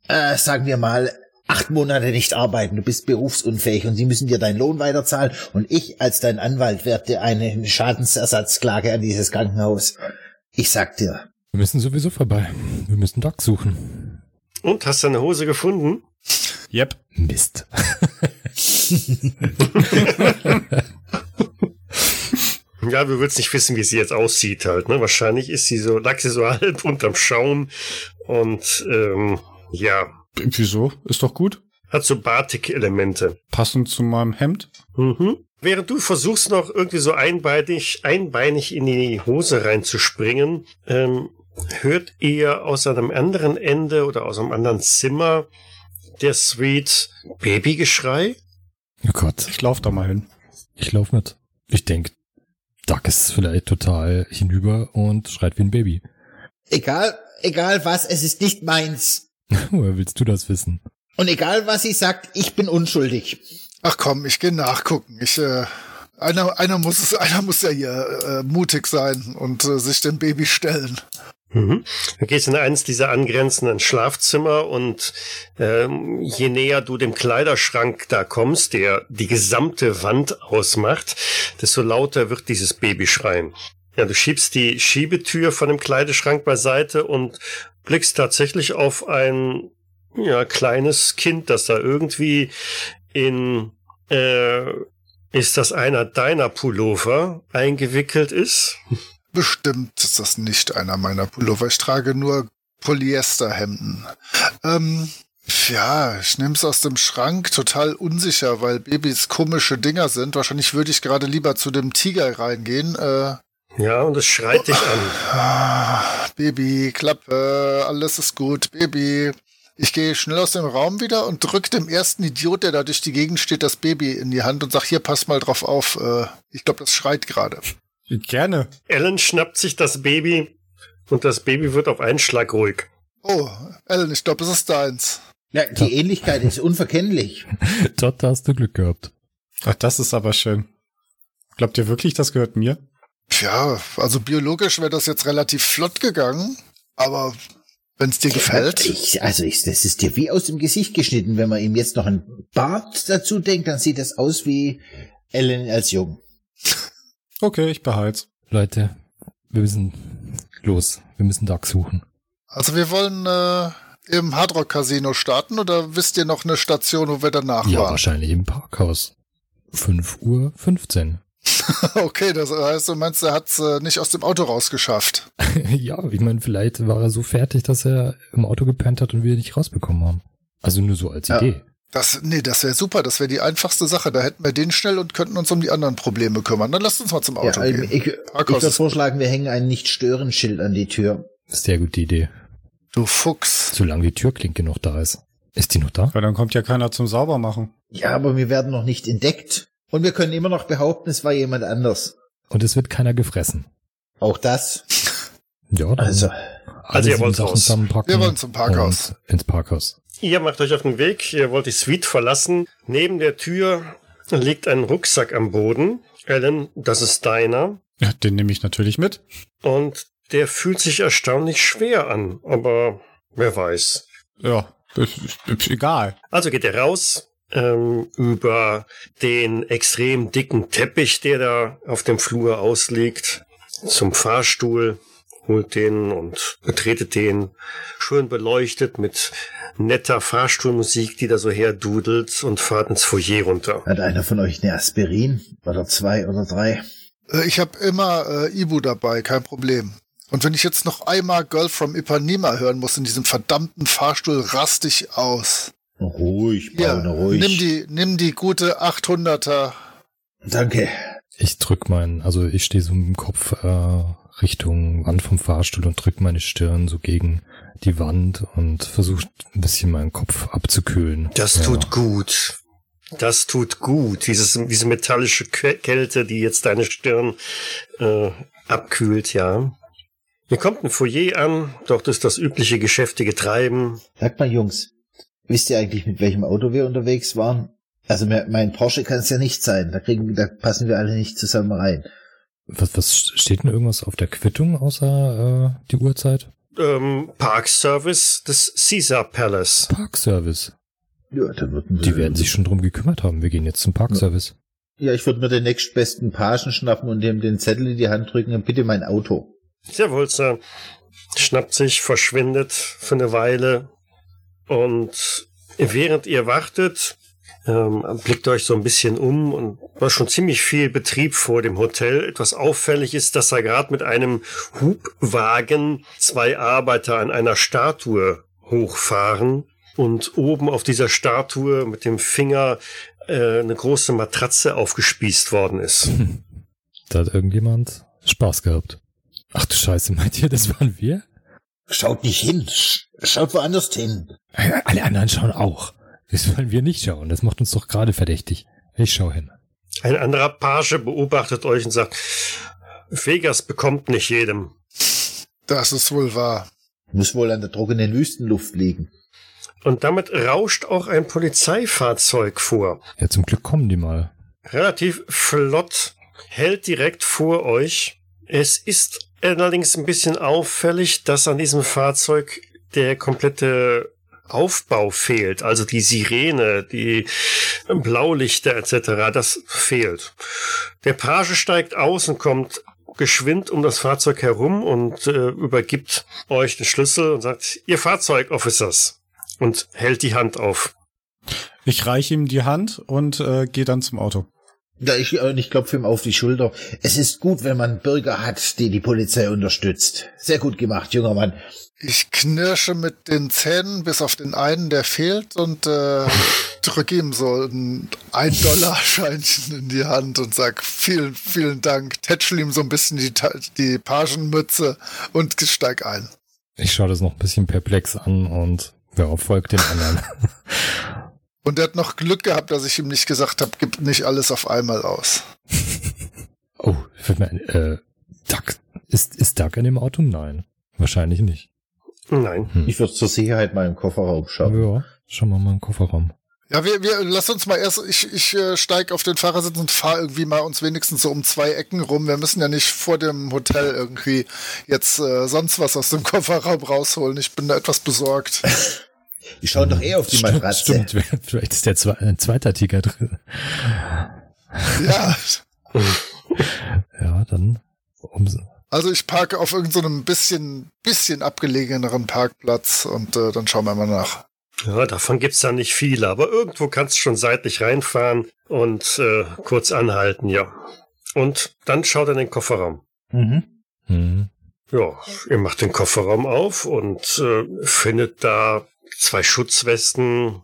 [SPEAKER 7] äh, sagen wir mal, acht Monate nicht arbeiten. Du bist berufsunfähig und sie müssen dir deinen Lohn weiterzahlen und ich als dein Anwalt werde eine Schadensersatzklage an dieses Krankenhaus. Ich sag dir,
[SPEAKER 4] Wir müssen sowieso vorbei. Wir müssen Doc suchen.
[SPEAKER 1] Und hast deine Hose gefunden?
[SPEAKER 3] Yep.
[SPEAKER 4] Mist.
[SPEAKER 1] Ja, du willst nicht wissen, wie sie jetzt aussieht halt. Ne? Wahrscheinlich ist sie so, lag sie so halb unterm Schaum und ähm, ja,
[SPEAKER 3] Wieso? Ist doch gut.
[SPEAKER 1] hat so Batik-Elemente.
[SPEAKER 3] Passend zu meinem Hemd.
[SPEAKER 1] Mhm. Während du versuchst noch irgendwie so einbeinig, einbeinig in die Hose reinzuspringen, ähm, hört ihr aus einem anderen Ende oder aus einem anderen Zimmer der Suite Babygeschrei?
[SPEAKER 4] Oh Gott.
[SPEAKER 3] Ich lauf da mal hin.
[SPEAKER 4] Ich lauf mit. Ich denk, Doc ist vielleicht total hinüber und schreit wie ein Baby.
[SPEAKER 7] egal, egal was, es ist nicht meins.
[SPEAKER 4] Woher willst du das wissen?
[SPEAKER 7] Und egal was sie sagt, ich bin unschuldig.
[SPEAKER 2] Ach komm, ich gehe nachgucken. Ich, äh, einer, einer, muss, es- einer muss ja hier äh, mutig sein und äh, sich dem Baby stellen.
[SPEAKER 1] Mhm. Du gehst in eines dieser angrenzenden Schlafzimmer und ähm, je näher du dem Kleiderschrank da kommst, der die gesamte Wand ausmacht, desto lauter wird dieses Baby schreien. Ja, du schiebst die Schiebetür von dem Kleideschrank beiseite und blickst tatsächlich auf ein ja, kleines Kind, das da irgendwie in äh, ist das einer deiner Pullover eingewickelt ist.
[SPEAKER 2] Bestimmt ist das nicht einer meiner Pullover. Ich trage nur Polyesterhemden. Ähm, ja, ich nehme es aus dem Schrank, total unsicher, weil Babys komische Dinger sind. Wahrscheinlich würde ich gerade lieber zu dem Tiger reingehen. Äh,
[SPEAKER 1] Ja, und es schreit dich an.
[SPEAKER 2] ah, Baby, Klappe, alles ist gut, Baby. Ich gehe schnell aus dem Raum wieder und drücke dem ersten Idiot, der da durch die Gegend steht, das Baby in die Hand und sag, hier, pass mal drauf auf. Äh, ich glaube, das schreit gerade.
[SPEAKER 3] Gerne.
[SPEAKER 1] Ellen schnappt sich das Baby und das Baby wird auf einen Schlag ruhig.
[SPEAKER 2] Oh, Ellen, ich glaube, es ist deins.
[SPEAKER 7] Ja, die Ähnlichkeit ist unverkennlich.
[SPEAKER 4] Todd, da hast du Glück gehabt.
[SPEAKER 3] Ach, das ist aber schön. Glaubt ihr wirklich, das gehört mir?
[SPEAKER 2] Tja, also biologisch wäre das jetzt relativ flott gegangen, aber wenn es dir gefällt.
[SPEAKER 7] Ich, also ich, das ist dir wie aus dem Gesicht geschnitten. Wenn man ihm jetzt noch einen Bart dazu denkt, dann sieht das aus wie Ellen als Jung.
[SPEAKER 3] Okay, ich behalte
[SPEAKER 4] Leute, wir müssen los. Wir müssen Doug suchen.
[SPEAKER 2] Also wir wollen äh, im Hardrock Casino starten oder wisst ihr noch eine Station, wo wir danach
[SPEAKER 4] ja,
[SPEAKER 2] waren?
[SPEAKER 4] wahrscheinlich im Parkhaus. 5 Uhr 15.
[SPEAKER 2] Okay, das heißt, du meinst, er hat's äh, nicht aus dem Auto rausgeschafft.
[SPEAKER 4] ja, ich meine, vielleicht war er so fertig, dass er im Auto gepennt hat und wir ihn nicht rausbekommen haben. Also nur so als
[SPEAKER 7] Ja.
[SPEAKER 4] Idee.
[SPEAKER 2] Das, nee, das wäre super, das wäre die einfachste Sache. Da hätten wir den schnell und könnten uns um die anderen Probleme kümmern. Dann lasst uns mal zum
[SPEAKER 7] Ja,
[SPEAKER 2] Auto
[SPEAKER 7] ähm,
[SPEAKER 2] gehen.
[SPEAKER 7] ich ich
[SPEAKER 2] Parkhaus
[SPEAKER 7] würde
[SPEAKER 2] ist,
[SPEAKER 7] vorschlagen, wir hängen ein Nicht-Stören-Schild an die Tür.
[SPEAKER 4] Sehr gute Idee.
[SPEAKER 2] du Fuchs.
[SPEAKER 4] Solange die Türklinke noch da ist. Ist die noch da?
[SPEAKER 3] Weil dann kommt ja keiner zum Saubermachen.
[SPEAKER 7] Ja, aber wir werden noch nicht entdeckt. Und wir können immer noch behaupten, es war jemand anders.
[SPEAKER 4] Und es wird keiner gefressen.
[SPEAKER 7] Auch das.
[SPEAKER 4] Ja, dann
[SPEAKER 7] Also,
[SPEAKER 1] Also ihr
[SPEAKER 4] sieben
[SPEAKER 1] wollt raus.
[SPEAKER 4] zusammenpacken
[SPEAKER 2] Wir wollen zum Parkhaus.
[SPEAKER 4] und Ins Parkhaus.
[SPEAKER 1] Ihr macht euch auf den Weg, ihr wollt die Suite verlassen. Neben der Tür liegt ein Rucksack am Boden. Ellen, das ist deiner.
[SPEAKER 3] Ja, den nehme ich natürlich mit.
[SPEAKER 1] Und der fühlt sich erstaunlich schwer an, aber wer weiß.
[SPEAKER 3] Ja, das ist, ist egal.
[SPEAKER 1] Also geht er raus ähm, über den extrem dicken Teppich, der da auf dem Flur ausliegt, zum Fahrstuhl, holt den und betretet den, schön beleuchtet mit netter Fahrstuhlmusik, die da so herdudelt und fahrt ins Foyer runter.
[SPEAKER 7] hat einer von euch eine Aspirin? Oder zwei oder drei?
[SPEAKER 2] Äh, Ich habe immer äh, Ibu dabei, kein Problem. Und wenn ich jetzt noch einmal Girl from Ipanema hören muss in diesem verdammten Fahrstuhl, raste ich aus.
[SPEAKER 7] Ruhig,
[SPEAKER 2] Ja,
[SPEAKER 7] Braune, ruhig.
[SPEAKER 2] nimm die, nimm die gute 800er.
[SPEAKER 7] Danke.
[SPEAKER 4] Ich drück meinen, also ich stehe so mit dem Kopf äh, Richtung Wand vom Fahrstuhl und drück meine Stirn so gegen die Wand und versuche ein bisschen meinen Kopf abzukühlen.
[SPEAKER 1] Das
[SPEAKER 4] ja.
[SPEAKER 1] tut gut. Das tut gut. Dieses, diese metallische Kä- Kälte, die jetzt deine Stirn äh, abkühlt, ja. Ihr kommt ein Foyer an, dort ist das übliche geschäftige Treiben.
[SPEAKER 7] Sagt mal, Jungs, wisst ihr eigentlich, mit welchem Auto wir unterwegs waren? Also me- mein Porsche kann es ja nicht sein. Da, kriegen, da passen wir alle nicht zusammen rein.
[SPEAKER 4] Was, was steht denn irgendwas auf der Quittung außer äh, die Uhrzeit?
[SPEAKER 1] Ähm, Parkservice des Caesar Palace.
[SPEAKER 4] Parkservice.
[SPEAKER 7] Ja, dann würden wir,
[SPEAKER 1] Äh,
[SPEAKER 4] Die werden sich schon drum gekümmert haben. Wir gehen jetzt zum Parkservice.
[SPEAKER 7] Ja, ich würde mir den nächstbesten Pagen schnappen und dem den Zettel in die Hand drücken und bitte mein Auto.
[SPEAKER 1] Der Wulzer schnappt sich, verschwindet für eine Weile und während ihr wartet, ähm, blickt euch so ein bisschen um und war schon ziemlich viel Betrieb vor dem Hotel. Etwas auffällig ist, dass da gerade mit einem Hubwagen zwei Arbeiter an einer Statue hochfahren und oben auf dieser Statue mit dem Finger äh, eine große Matratze aufgespießt worden ist.
[SPEAKER 4] Da hat irgendjemand Spaß gehabt. Ach du Scheiße, meint ihr, das waren wir?
[SPEAKER 7] Schaut nicht hin. Sch- Schaut woanders hin.
[SPEAKER 4] Äh, Alle anderen schauen auch. Das wollen wir nicht schauen. Das macht uns doch gerade verdächtig. Ich schau hin.
[SPEAKER 1] Ein anderer Page beobachtet euch und sagt, Vegas bekommt nicht jedem.
[SPEAKER 2] Das ist wohl wahr.
[SPEAKER 7] Muss wohl an der trockenen Wüstenluft liegen.
[SPEAKER 1] Und damit rauscht auch ein Polizeifahrzeug vor.
[SPEAKER 4] Ja, zum Glück kommen die mal.
[SPEAKER 1] Relativ flott, hält direkt vor euch. Es ist allerdings ein bisschen auffällig, dass an diesem Fahrzeug der komplette Aufbau fehlt. Also die Sirene, die Blaulichter etc., das fehlt. Der Page steigt aus und kommt geschwind um das Fahrzeug herum und äh, übergibt euch den Schlüssel und sagt, ihr Fahrzeug, Officers. Und hält die Hand auf.
[SPEAKER 3] Ich reiche ihm die Hand und äh, gehe dann zum Auto.
[SPEAKER 7] Ja, ich, äh, ich klopfe ihm auf die Schulter. Es ist gut, wenn man Bürger hat, die die Polizei unterstützt. Sehr gut gemacht, junger Mann.
[SPEAKER 2] Ich knirsche mit den Zähnen bis auf den einen, der fehlt, und äh, drücke ihm so ein 1-Dollar-Scheinchen in die Hand und sag vielen, vielen Dank. Tätschel ihm so ein bisschen die, Ta- die Pagenmütze und steig ein.
[SPEAKER 4] Ich schaue das noch ein bisschen perplex an und ja, folgt dem anderen.
[SPEAKER 2] Und er hat noch Glück gehabt, dass ich ihm nicht gesagt habe, gib nicht alles auf einmal aus.
[SPEAKER 4] oh, fällt mir ein, äh, Duck. Ist, ist Duck in dem Auto? Nein. Wahrscheinlich nicht.
[SPEAKER 1] Nein.
[SPEAKER 7] Ich würde zur Sicherheit mal im Kofferraum schauen.
[SPEAKER 4] Ja, schauen wir mal im Kofferraum.
[SPEAKER 2] Ja, wir, wir lass uns mal erst, ich, ich äh, steig auf den Fahrersitz und fahr irgendwie mal uns wenigstens so um zwei Ecken rum. Wir müssen ja nicht vor dem Hotel irgendwie jetzt äh, sonst was aus dem Kofferraum rausholen. Ich bin da etwas besorgt.
[SPEAKER 7] Die schauen doch eher auf die Matratze.
[SPEAKER 4] Stimmt, stimmt. Vielleicht ist der zwe ein zweiter Tiger drin.
[SPEAKER 2] ja,
[SPEAKER 4] Ja, dann um umso.
[SPEAKER 2] also ich parke auf irgendeinem so bisschen, bisschen abgelegeneren Parkplatz und äh, dann schauen wir mal nach.
[SPEAKER 1] Ja, davon gibt's da nicht viele, aber irgendwo kannst du schon seitlich reinfahren und äh, kurz anhalten, ja. Und dann schaut er in den Kofferraum.
[SPEAKER 7] Mhm.
[SPEAKER 4] Hm.
[SPEAKER 1] Ja, ihr macht den Kofferraum auf und äh, findet da zwei Schutzwesten,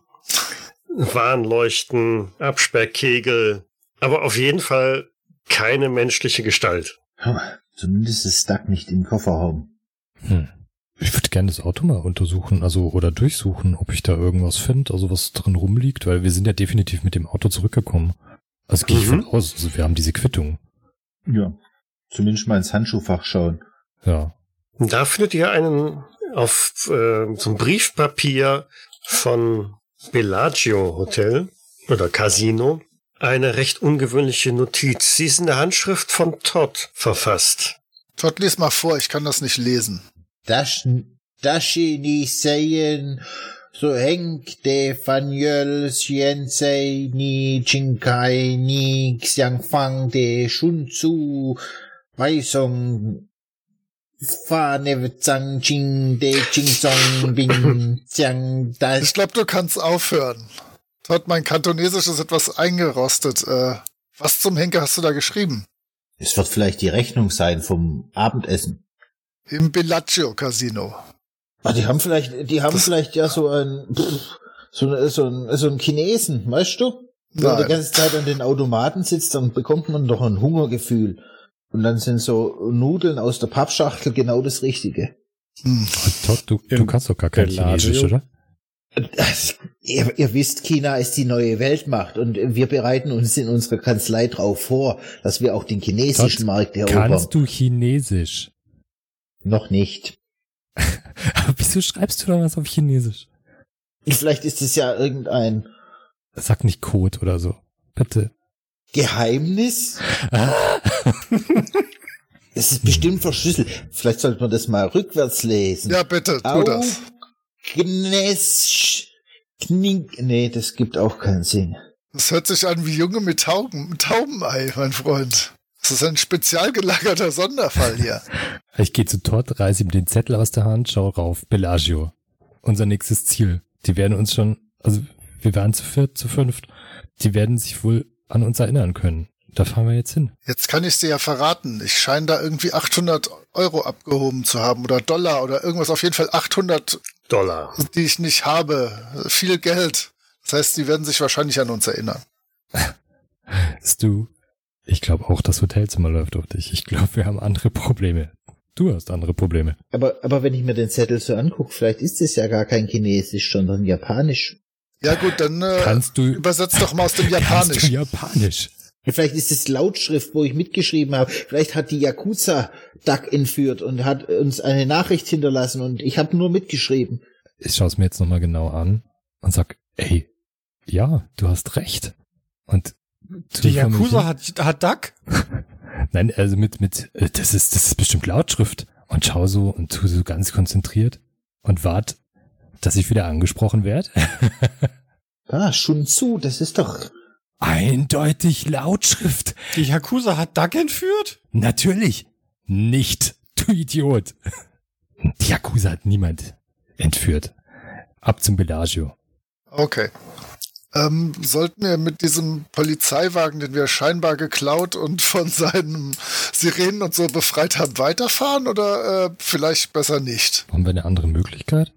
[SPEAKER 1] Warnleuchten, Absperrkegel, aber auf jeden Fall keine menschliche Gestalt.
[SPEAKER 7] Hm, Zumindest ist Stuck nicht im Kofferraum.
[SPEAKER 4] Hm. Ich würde gerne das Auto mal untersuchen, also oder durchsuchen, ob ich da irgendwas finde, also was drin rumliegt, weil wir sind ja definitiv mit dem Auto zurückgekommen. Also gehe ich
[SPEAKER 1] Mhm.
[SPEAKER 4] von aus, also wir haben diese Quittung.
[SPEAKER 7] Ja. Zumindest mal ins Handschuhfach schauen.
[SPEAKER 4] Ja.
[SPEAKER 1] Da findet ihr einen auf äh, so einem Briefpapier von Bellagio Hotel oder Casino eine recht ungewöhnliche Notiz. Sie ist in der Handschrift von Todd verfasst.
[SPEAKER 2] Todd, lies mal vor, ich kann das nicht lesen.
[SPEAKER 7] Daschen, Daschini seien, so hängt de Fanyöl, Xianzei, Ni, Chinkai, Ni, Xiangfang, de Shunzu, Weisung, Fa, Ne, Zang, Ching, de Chingsong, Bing, Xiang,
[SPEAKER 2] Ich
[SPEAKER 7] das.
[SPEAKER 2] glaube, du kannst aufhören. Todd, mein Kantonesisch ist etwas eingerostet. Äh, was zum Henker hast du da geschrieben?
[SPEAKER 7] Es wird vielleicht die Rechnung sein vom Abendessen.
[SPEAKER 2] Im Bellagio Casino.
[SPEAKER 7] Ah, die haben vielleicht, die haben vielleicht ja so ein, pff, so, ein- äh, so, ein, so ein Chinesen, weißt du? Wenn man die
[SPEAKER 2] Nein.
[SPEAKER 7] ganze Zeit an den Automaten sitzt, dann bekommt man doch ein Hungergefühl. Und dann sind so Nudeln aus der Pappschachtel genau das Richtige.
[SPEAKER 2] Hm.
[SPEAKER 4] Todd, du, du
[SPEAKER 3] Im
[SPEAKER 4] kannst doch gar kein
[SPEAKER 3] Bellagio.
[SPEAKER 4] Chinesisch, oder?
[SPEAKER 7] Das, ihr, ihr wisst, China ist die neue Weltmacht und wir bereiten uns in unserer Kanzlei drauf vor, dass wir auch den chinesischen
[SPEAKER 4] Dort
[SPEAKER 7] Markt erobern.
[SPEAKER 4] Kannst du Chinesisch?
[SPEAKER 7] Noch nicht.
[SPEAKER 4] Aber wieso schreibst du dann was auf Chinesisch?
[SPEAKER 7] Vielleicht ist es ja irgendein
[SPEAKER 4] Sag nicht Code oder so. Bitte.
[SPEAKER 7] Geheimnis.
[SPEAKER 4] Ah,
[SPEAKER 7] Es ist bestimmt verschlüsselt. Vielleicht sollte man das mal rückwärts lesen.
[SPEAKER 2] Ja, bitte, tu
[SPEAKER 7] Au,
[SPEAKER 2] das.
[SPEAKER 7] Gnes, knink. Nee, das gibt auch keinen Sinn.
[SPEAKER 2] Das hört sich an wie Junge mit Tauben, Taubenei, mein Freund. Das ist ein spezial gelagerter Sonderfall hier.
[SPEAKER 4] Ich gehe zu Todd, reiß ihm den Zettel aus der Hand, schau rauf. Bellagio. Unser nächstes Ziel. Die werden uns schon, also wir waren zu viert, zu fünft. Die werden sich wohl an uns erinnern können. Da fahren wir jetzt hin.
[SPEAKER 2] Jetzt kann ich dir ja verraten. Ich scheine da irgendwie 800 Euro abgehoben zu haben oder Dollar oder irgendwas. Auf jeden Fall 800,
[SPEAKER 1] Dollar.
[SPEAKER 2] die ich nicht habe. Viel Geld. Das heißt, die werden sich wahrscheinlich an uns erinnern.
[SPEAKER 4] Bist du? Ich glaube auch, das Hotelzimmer läuft auf dich. Ich glaube, wir haben andere Probleme. Du hast andere Probleme.
[SPEAKER 7] Aber, aber wenn ich mir den Zettel so angucke, vielleicht ist es ja gar kein Chinesisch, sondern Japanisch.
[SPEAKER 2] Ja gut, dann äh,
[SPEAKER 4] Kannst du
[SPEAKER 2] übersetzt doch mal aus dem
[SPEAKER 4] Kannst du
[SPEAKER 2] Japanisch.
[SPEAKER 4] Japanisch?
[SPEAKER 7] Vielleicht ist es Lautschrift, wo ich mitgeschrieben habe. Vielleicht hat die Yakuza Duck entführt und hat uns eine Nachricht hinterlassen und ich habe nur mitgeschrieben.
[SPEAKER 4] Ich schaue es mir jetzt nochmal genau an und sag, ey, ja, du hast recht. Und du
[SPEAKER 3] Die
[SPEAKER 4] komm ich
[SPEAKER 3] Yakuza
[SPEAKER 4] hin-
[SPEAKER 3] hat, hat Duck?
[SPEAKER 4] Nein, also mit, mit, äh, das ist, das ist bestimmt Lautschrift. Und schau so und tu so ganz konzentriert und wart, dass ich wieder angesprochen werde.
[SPEAKER 7] Ah, Shunzu, das ist doch.
[SPEAKER 4] Eindeutig Lautschrift.
[SPEAKER 3] Die Yakuza hat Duck entführt?
[SPEAKER 4] Natürlich. Nicht, du Idiot. Die Yakuza hat niemand entführt. Ab zum Bellagio.
[SPEAKER 2] Okay. Ähm, sollten wir mit diesem Polizeiwagen, den wir scheinbar geklaut und von seinen Sirenen und so befreit haben, weiterfahren oder äh, vielleicht besser nicht?
[SPEAKER 4] Haben wir eine andere Möglichkeit?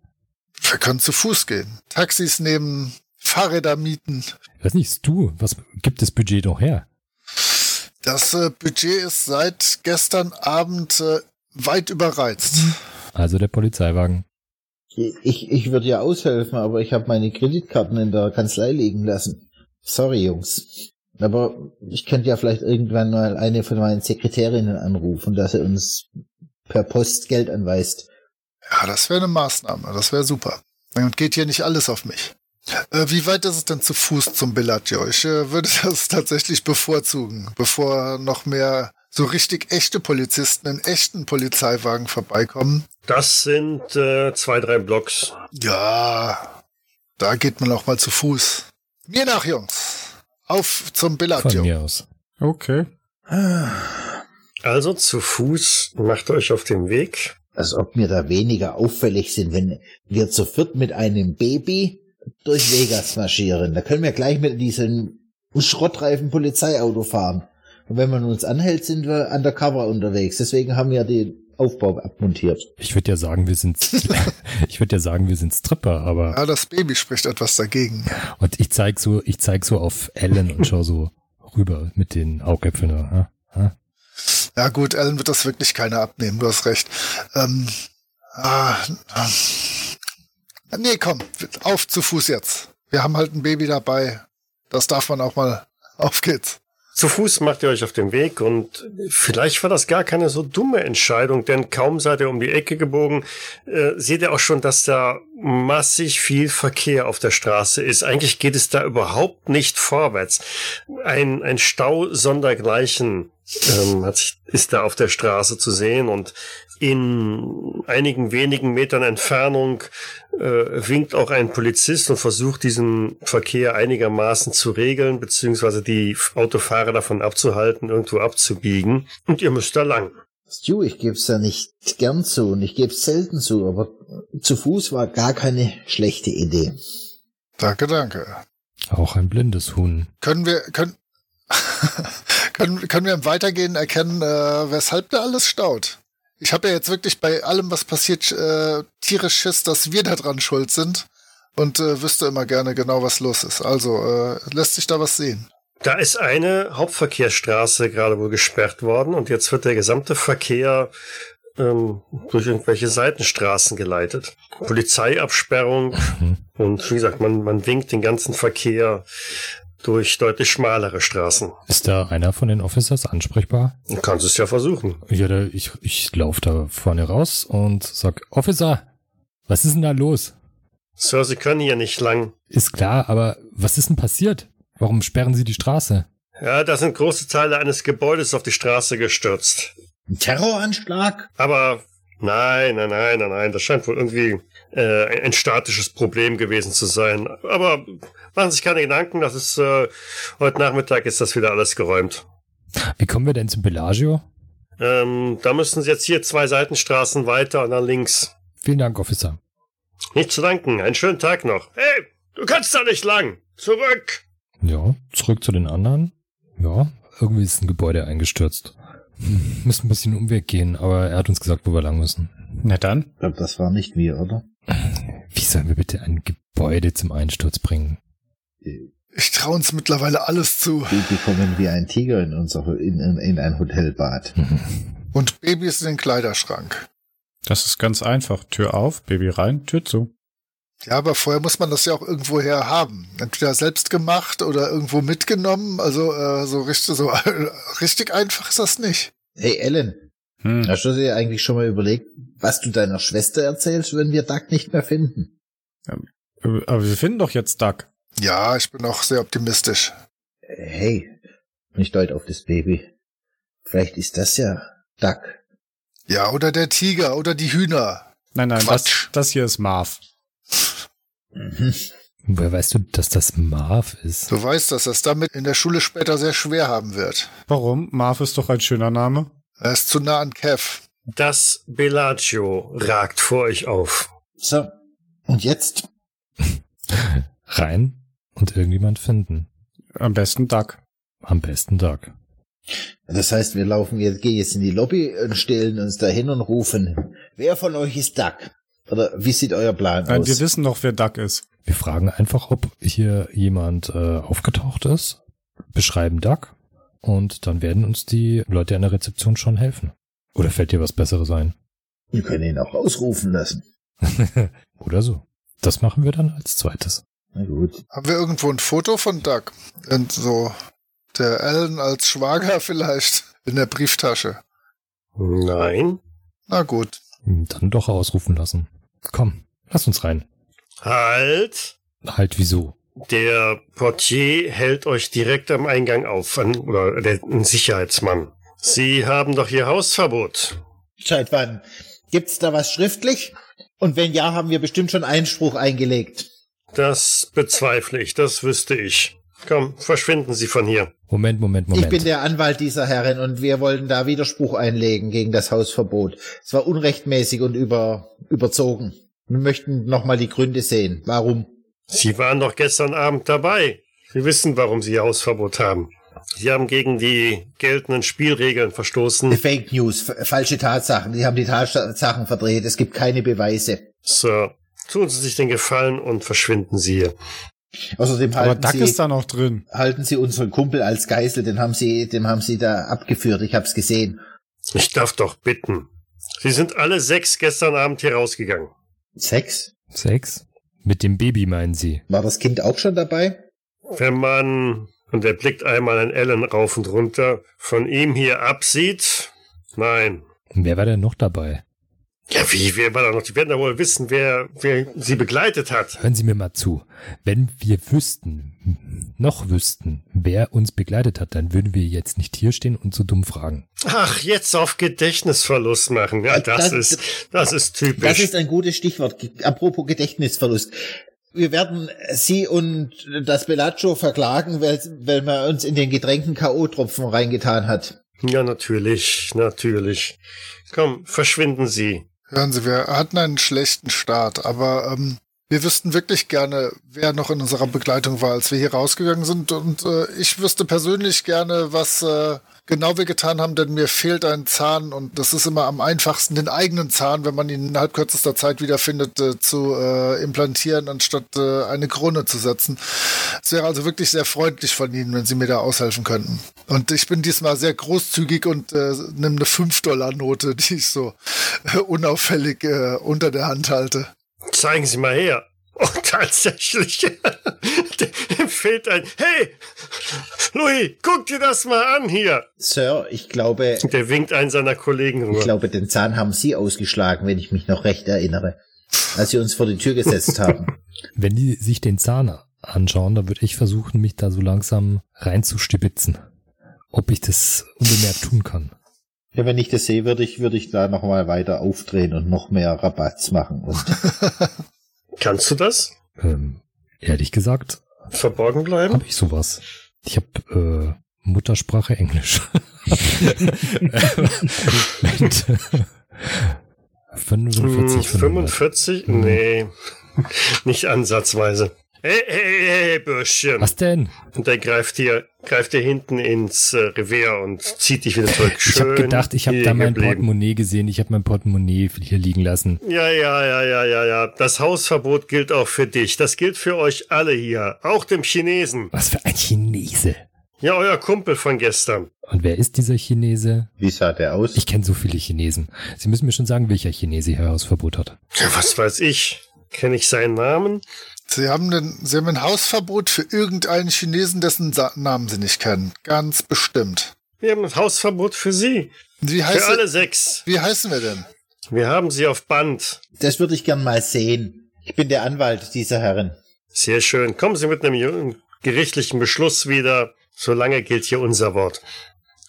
[SPEAKER 2] Wir können zu Fuß gehen, Taxis nehmen, Fahrräder mieten.
[SPEAKER 4] Ich weiß nicht, du, was gibt das Budget doch her?
[SPEAKER 2] Das äh, Budget ist seit gestern Abend äh, weit überreizt.
[SPEAKER 4] Also der Polizeiwagen.
[SPEAKER 7] Ich, ich würde ja aushelfen, aber ich habe meine Kreditkarten in der Kanzlei liegen lassen. Sorry, Jungs. Aber ich könnte ja vielleicht irgendwann mal eine von meinen Sekretärinnen anrufen, dass sie uns per Post Geld anweist.
[SPEAKER 2] Ja, das wäre eine Maßnahme, das wäre super. Und geht hier nicht alles auf mich. Äh, wie weit ist es denn zu Fuß zum Bellagio? Ich äh, würde das tatsächlich bevorzugen, bevor noch mehr so richtig echte Polizisten in echten Polizeiwagen vorbeikommen.
[SPEAKER 1] Das sind äh, zwei, drei Blocks.
[SPEAKER 2] Ja, da geht man auch mal zu Fuß. Mir nach, Jungs. Auf zum
[SPEAKER 4] Von
[SPEAKER 2] Bellagio.
[SPEAKER 4] mir aus.
[SPEAKER 3] Okay.
[SPEAKER 1] Also zu Fuß macht euch auf den Weg.
[SPEAKER 7] Als ob wir da weniger auffällig sind, wenn wir zu viert mit einem Baby durch Vegas marschieren. Da können wir gleich mit diesem schrottreifen Polizeiauto fahren. Und wenn man uns anhält, sind wir undercover unterwegs. Deswegen haben wir den Aufbau abmontiert.
[SPEAKER 4] Ich würde ja sagen, wir sind, ich würde ja sagen, wir sind Stripper, aber,
[SPEAKER 2] Ja, das Baby spricht etwas dagegen.
[SPEAKER 4] und ich zeig so, ich zeig so auf Ellen und schau so rüber mit den Augäpfeln. Ja, ja.
[SPEAKER 2] Ja gut, Alan wird das wirklich keiner abnehmen, du hast recht. Ähm, ah, ah. nee, komm, auf zu Fuß jetzt. Wir haben halt ein Baby dabei. Das darf man auch mal. Auf geht's.
[SPEAKER 1] Zu Fuß macht ihr euch auf den Weg und vielleicht war das gar keine so dumme Entscheidung, denn kaum seid ihr um die Ecke gebogen, äh, seht ihr auch schon, dass da massig viel Verkehr auf der Straße ist. Eigentlich geht es da überhaupt nicht vorwärts. Ein, ein Stau sondergleichen ähm, hat, sich- ist da auf der Straße zu sehen und in einigen wenigen Metern Entfernung äh, winkt auch ein Polizist und versucht diesen Verkehr einigermaßen zu regeln, beziehungsweise die F- Autofahrer davon abzuhalten, irgendwo abzubiegen. Und ihr müsst da lang.
[SPEAKER 7] Stu, ich geb's ja nicht gern zu und ich geb's selten zu, aber zu Fuß war gar keine schlechte Idee.
[SPEAKER 2] Danke, danke.
[SPEAKER 4] Auch ein blindes Huhn.
[SPEAKER 2] Können wir, können, können, können wir im Weitergehen erkennen, äh, weshalb da alles staut? Ich habe ja jetzt wirklich bei allem, was passiert, äh, tierisch Schiss, dass wir daran schuld sind und äh, wüsste immer gerne genau, was los ist. Also äh, lässt sich da was sehen.
[SPEAKER 1] Da ist eine Hauptverkehrsstraße gerade wohl gesperrt worden und jetzt wird der gesamte Verkehr ähm, durch irgendwelche Seitenstraßen geleitet. Polizeiabsperrung und wie gesagt, man, man winkt den ganzen Verkehr durch deutlich schmalere Straßen.
[SPEAKER 4] Ist da einer von den Officers ansprechbar?
[SPEAKER 1] Du kannst es ja versuchen.
[SPEAKER 4] Ja, da, ich, ich laufe da vorne raus und sag, Officer, was ist denn da los?
[SPEAKER 1] Sir, Sie können hier nicht lang.
[SPEAKER 4] Ist klar, aber was ist denn passiert? Warum sperren Sie die Straße?
[SPEAKER 1] Ja, da sind große Teile eines Gebäudes auf die Straße gestürzt.
[SPEAKER 7] Ein Terroranschlag?
[SPEAKER 1] Aber nein, nein, nein, nein, nein, das scheint wohl irgendwie äh, ein, ein statisches Problem gewesen zu sein. Aber machen Sie sich keine Gedanken, das ist äh, heute Nachmittag ist das wieder alles geräumt.
[SPEAKER 4] Wie kommen wir denn zum Bellagio?
[SPEAKER 1] Ähm, da müssen Sie jetzt hier zwei Seitenstraßen weiter und dann links.
[SPEAKER 4] Vielen Dank, Officer.
[SPEAKER 1] Nicht zu danken. Einen schönen Tag noch. Hey, du kannst da nicht lang. Zurück.
[SPEAKER 4] Ja, zurück zu den anderen. Ja, irgendwie ist ein Gebäude eingestürzt. Hm, Müssen ein bisschen Umweg gehen, aber er hat uns gesagt, wo wir lang müssen.
[SPEAKER 3] Na dann.
[SPEAKER 7] Ich glaube, das war nicht wir, oder?
[SPEAKER 4] Wie sollen wir bitte ein Gebäude zum Einsturz bringen?
[SPEAKER 2] Ich traue uns mittlerweile alles zu.
[SPEAKER 7] Baby kommen wie ein Tiger in unser in, in, in ein Hotelbad.
[SPEAKER 2] Und Babys in den Kleiderschrank.
[SPEAKER 3] Das ist ganz einfach. Tür auf, Baby rein, Tür zu.
[SPEAKER 2] Ja, aber vorher muss man das ja auch irgendwo her haben. Entweder selbst gemacht oder irgendwo mitgenommen. Also äh, so, richtig, so richtig einfach ist das nicht.
[SPEAKER 7] Hey Ellen,
[SPEAKER 3] Hm.
[SPEAKER 7] hast du dir eigentlich schon mal überlegt, was du deiner Schwester erzählst, wenn wir Doug nicht mehr finden?
[SPEAKER 3] Äh, Aber wir finden doch jetzt Duck.
[SPEAKER 2] Ja, ich bin auch sehr optimistisch.
[SPEAKER 7] Hey, ich deut auf das Baby. Vielleicht ist das ja Doug.
[SPEAKER 2] Ja, oder der Tiger oder die Hühner.
[SPEAKER 3] Nein, nein,
[SPEAKER 2] Quatsch.
[SPEAKER 3] das, das hier ist Marv.
[SPEAKER 7] Mhm.
[SPEAKER 4] Woher weißt du, dass das Marv ist?
[SPEAKER 2] Du weißt, dass das damit in der Schule später sehr schwer haben wird.
[SPEAKER 3] Warum? Marv ist doch ein schöner Name.
[SPEAKER 2] Er ist zu nah an Kev.
[SPEAKER 1] Das Bellagio ragt vor euch auf.
[SPEAKER 7] So. Und jetzt?
[SPEAKER 4] Rein und irgendjemand finden.
[SPEAKER 3] Am besten Duck.
[SPEAKER 4] Am besten Tag.
[SPEAKER 7] Das heißt, wir laufen jetzt, gehen jetzt in die Lobby und stellen uns da hin und rufen. Wer von euch ist Duck? Oder wie sieht euer Plan
[SPEAKER 3] Nein,
[SPEAKER 7] aus?
[SPEAKER 3] wir wissen doch, wer Duck ist.
[SPEAKER 4] Wir fragen einfach, ob hier jemand äh, aufgetaucht ist, beschreiben Duck und dann werden uns die Leute an der Rezeption schon helfen. Oder fällt dir was Besseres ein?
[SPEAKER 7] wir können ihn auch ausrufen lassen.
[SPEAKER 4] Oder so. Das machen wir dann als zweites.
[SPEAKER 7] Na gut.
[SPEAKER 2] Haben wir irgendwo ein Foto von Doug? Und so der Alan als Schwager vielleicht in der Brieftasche.
[SPEAKER 1] Nein.
[SPEAKER 2] Na gut.
[SPEAKER 4] Dann doch ausrufen lassen. Komm, lass uns rein.
[SPEAKER 1] Halt!
[SPEAKER 4] Halt, wieso?
[SPEAKER 1] Der Portier hält euch direkt am Eingang auf, an, oder der ein Sicherheitsmann. Sie haben doch Ihr Hausverbot.
[SPEAKER 7] Seit wann? Gibt's da was schriftlich? Und wenn ja, haben wir bestimmt schon Einspruch eingelegt.
[SPEAKER 1] Das bezweifle ich, das wüsste ich. Komm, verschwinden Sie von hier.
[SPEAKER 4] Moment, Moment, Moment.
[SPEAKER 7] Ich bin der Anwalt dieser Herrin und wir wollten da Widerspruch einlegen gegen das Hausverbot. Es war unrechtmäßig und über, überzogen. Wir möchten nochmal die Gründe sehen. Warum?
[SPEAKER 1] Sie waren doch gestern Abend dabei. Sie wissen, warum Sie Ihr Hausverbot haben. Sie haben gegen die geltenden Spielregeln
[SPEAKER 3] Hm.
[SPEAKER 1] verstoßen.
[SPEAKER 7] Fake News, f- falsche Tatsachen. Die haben die Tatsachen verdreht. Es gibt keine Beweise.
[SPEAKER 1] Sir, tun Sie sich den Gefallen und verschwinden Sie hier.
[SPEAKER 7] Außerdem
[SPEAKER 3] Aber
[SPEAKER 7] halten
[SPEAKER 3] Duck
[SPEAKER 7] sie,
[SPEAKER 3] ist da noch drin.
[SPEAKER 7] halten sie unseren Kumpel als Geisel. Den haben sie, dem haben sie da abgeführt. Ich hab's gesehen.
[SPEAKER 1] Ich darf doch bitten. Sie sind alle sechs gestern Abend hier rausgegangen.
[SPEAKER 7] Sex?
[SPEAKER 4] Sechs? Mit dem Baby meinen Sie?
[SPEAKER 7] War das Kind auch schon dabei?
[SPEAKER 1] Wenn man, und er blickt einmal an Ellen rauf und runter, von ihm hier absieht, nein.
[SPEAKER 4] Und wer war denn noch dabei?
[SPEAKER 1] Ja, wie, wer war da noch? Die werden da wohl wissen, wer, wer sie begleitet hat.
[SPEAKER 4] Hören Sie mir mal zu. Wenn wir wüssten, noch wüssten, wer uns begleitet hat, dann würden wir jetzt nicht hier stehen und so dumm fragen.
[SPEAKER 1] Ach, jetzt auf Gedächtnisverlust machen. Ja, das,
[SPEAKER 7] Das-
[SPEAKER 1] ist, das ist typisch.
[SPEAKER 7] Das ist ein gutes Stichwort. Ge- Apropos Gedächtnisverlust. Wir werden Sie und das Bellaccio verklagen, weil, weil man uns in den Getränken K.O.-Tropfen reingetan hat.
[SPEAKER 1] ja, natürlich, natürlich. Komm, verschwinden Sie.
[SPEAKER 2] Hören Sie, wir hatten einen schlechten Start, aber ähm, wir wüssten wirklich gerne, wer noch in unserer Begleitung war, als wir hier rausgegangen sind. Und äh, ich wüsste persönlich gerne, was äh, genau wir getan haben, denn mir fehlt ein Zahn und das ist immer am einfachsten, den eigenen Zahn, wenn man ihn innerhalb kürzester Zeit wiederfindet, äh, zu äh, implantieren, anstatt äh, eine Krone zu setzen. Es wäre also wirklich sehr freundlich von Ihnen, wenn Sie mir da aushelfen könnten. Und ich bin diesmal sehr großzügig und äh, nehme eine 5-Dollar-Note, die ich so äh, unauffällig äh, unter der Hand halte.
[SPEAKER 1] Zeigen Sie mal her. Und tatsächlich, dem fehlt ein, hey, Louis, guck dir das mal an hier.
[SPEAKER 7] Sir, ich glaube,
[SPEAKER 1] Der winkt einen seiner Kollegen
[SPEAKER 7] ich
[SPEAKER 1] rüber.
[SPEAKER 7] glaube, den Zahn haben Sie ausgeschlagen, wenn ich mich noch recht erinnere, als Sie uns vor die Tür gesetzt haben.
[SPEAKER 4] Wenn die sich den Zahn anschauen, dann würde ich versuchen, mich da so langsam reinzustibitzen. Ob ich das unbemerkt tun kann.
[SPEAKER 7] Ja, wenn ich das sehe, würde ich, würde ich da nochmal weiter aufdrehen und noch mehr Rabatz machen. Und
[SPEAKER 1] Kannst du das?
[SPEAKER 4] Ähm, ehrlich gesagt,
[SPEAKER 1] Verborgen bleiben?
[SPEAKER 4] habe ich sowas. Ich habe äh, Muttersprache Englisch. Mit 45, 45.
[SPEAKER 1] 45? Hm, Nee. Nicht ansatzweise. Hey, hey, hey, Bürschchen.
[SPEAKER 4] Was denn?
[SPEAKER 1] Und der greift dir, greift dir hinten ins äh, Revier und zieht dich wieder zurück.
[SPEAKER 4] Ich
[SPEAKER 1] Schön
[SPEAKER 4] habe gedacht, ich habe
[SPEAKER 1] hier
[SPEAKER 4] da mein
[SPEAKER 1] geblieben.
[SPEAKER 4] Portemonnaie gesehen. Ich habe mein Portemonnaie hier liegen lassen.
[SPEAKER 1] Ja, ja, ja, ja, ja, ja. Das Hausverbot gilt auch für dich. Das gilt für euch alle hier. Auch dem Chinesen.
[SPEAKER 4] Was für ein Chinese.
[SPEAKER 1] Ja, euer Kumpel von gestern.
[SPEAKER 4] Und wer ist dieser Chinese?
[SPEAKER 7] wie sah der aus?
[SPEAKER 4] Ich kenne so viele Chinesen. Sie müssen mir schon sagen, welcher Chinese hier Hausverbot hat.
[SPEAKER 1] Ja, was weiß ich? Kenne ich seinen Namen?
[SPEAKER 2] Sie haben, den, Sie haben ein Hausverbot für irgendeinen Chinesen, dessen Sa Namen Sie nicht kennen. Ganz bestimmt.
[SPEAKER 1] Wir haben ein Hausverbot für sie.
[SPEAKER 2] Wie,
[SPEAKER 1] Für
[SPEAKER 4] Also
[SPEAKER 2] heißt,
[SPEAKER 1] alle sechs.
[SPEAKER 2] wie heißen wir denn?
[SPEAKER 1] Wir haben sie auf Band.
[SPEAKER 7] Das würde ich gern mal sehen. Ich bin der Anwalt dieser Herren.
[SPEAKER 1] Sehr schön. Kommen Sie mit einem ju- gerichtlichen Beschluss wieder. Solange gilt hier unser Wort.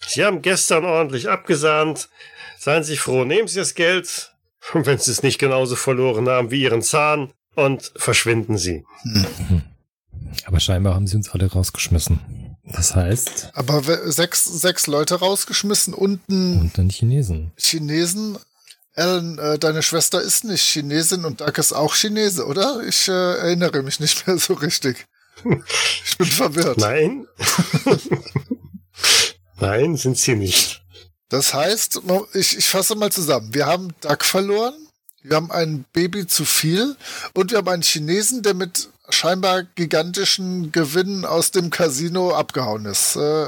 [SPEAKER 1] Sie haben gestern ordentlich abgesahnt. Seien Sie froh, nehmen Sie das Geld. Und wenn Sie es nicht genauso verloren haben wie Ihren Zahn. Und verschwinden Sie.
[SPEAKER 4] Aber scheinbar haben sie uns alle rausgeschmissen. Das heißt,
[SPEAKER 2] Aber we- sechs, sechs Leute rausgeschmissen und ein
[SPEAKER 4] und dann Chinesen.
[SPEAKER 2] Chinesen. Ellen, äh, deine Schwester ist nicht Chinesin und Doug ist auch Chinese, oder? Ich äh, erinnere mich nicht mehr so richtig. Ich bin verwirrt.
[SPEAKER 1] Nein. Nein, sind sie nicht.
[SPEAKER 2] Das heißt, mo- ich, ich fasse mal zusammen. Wir haben Duck verloren, wir haben ein Baby zu viel und wir haben einen Chinesen, der mit scheinbar gigantischen Gewinnen aus dem Casino abgehauen ist. Äh,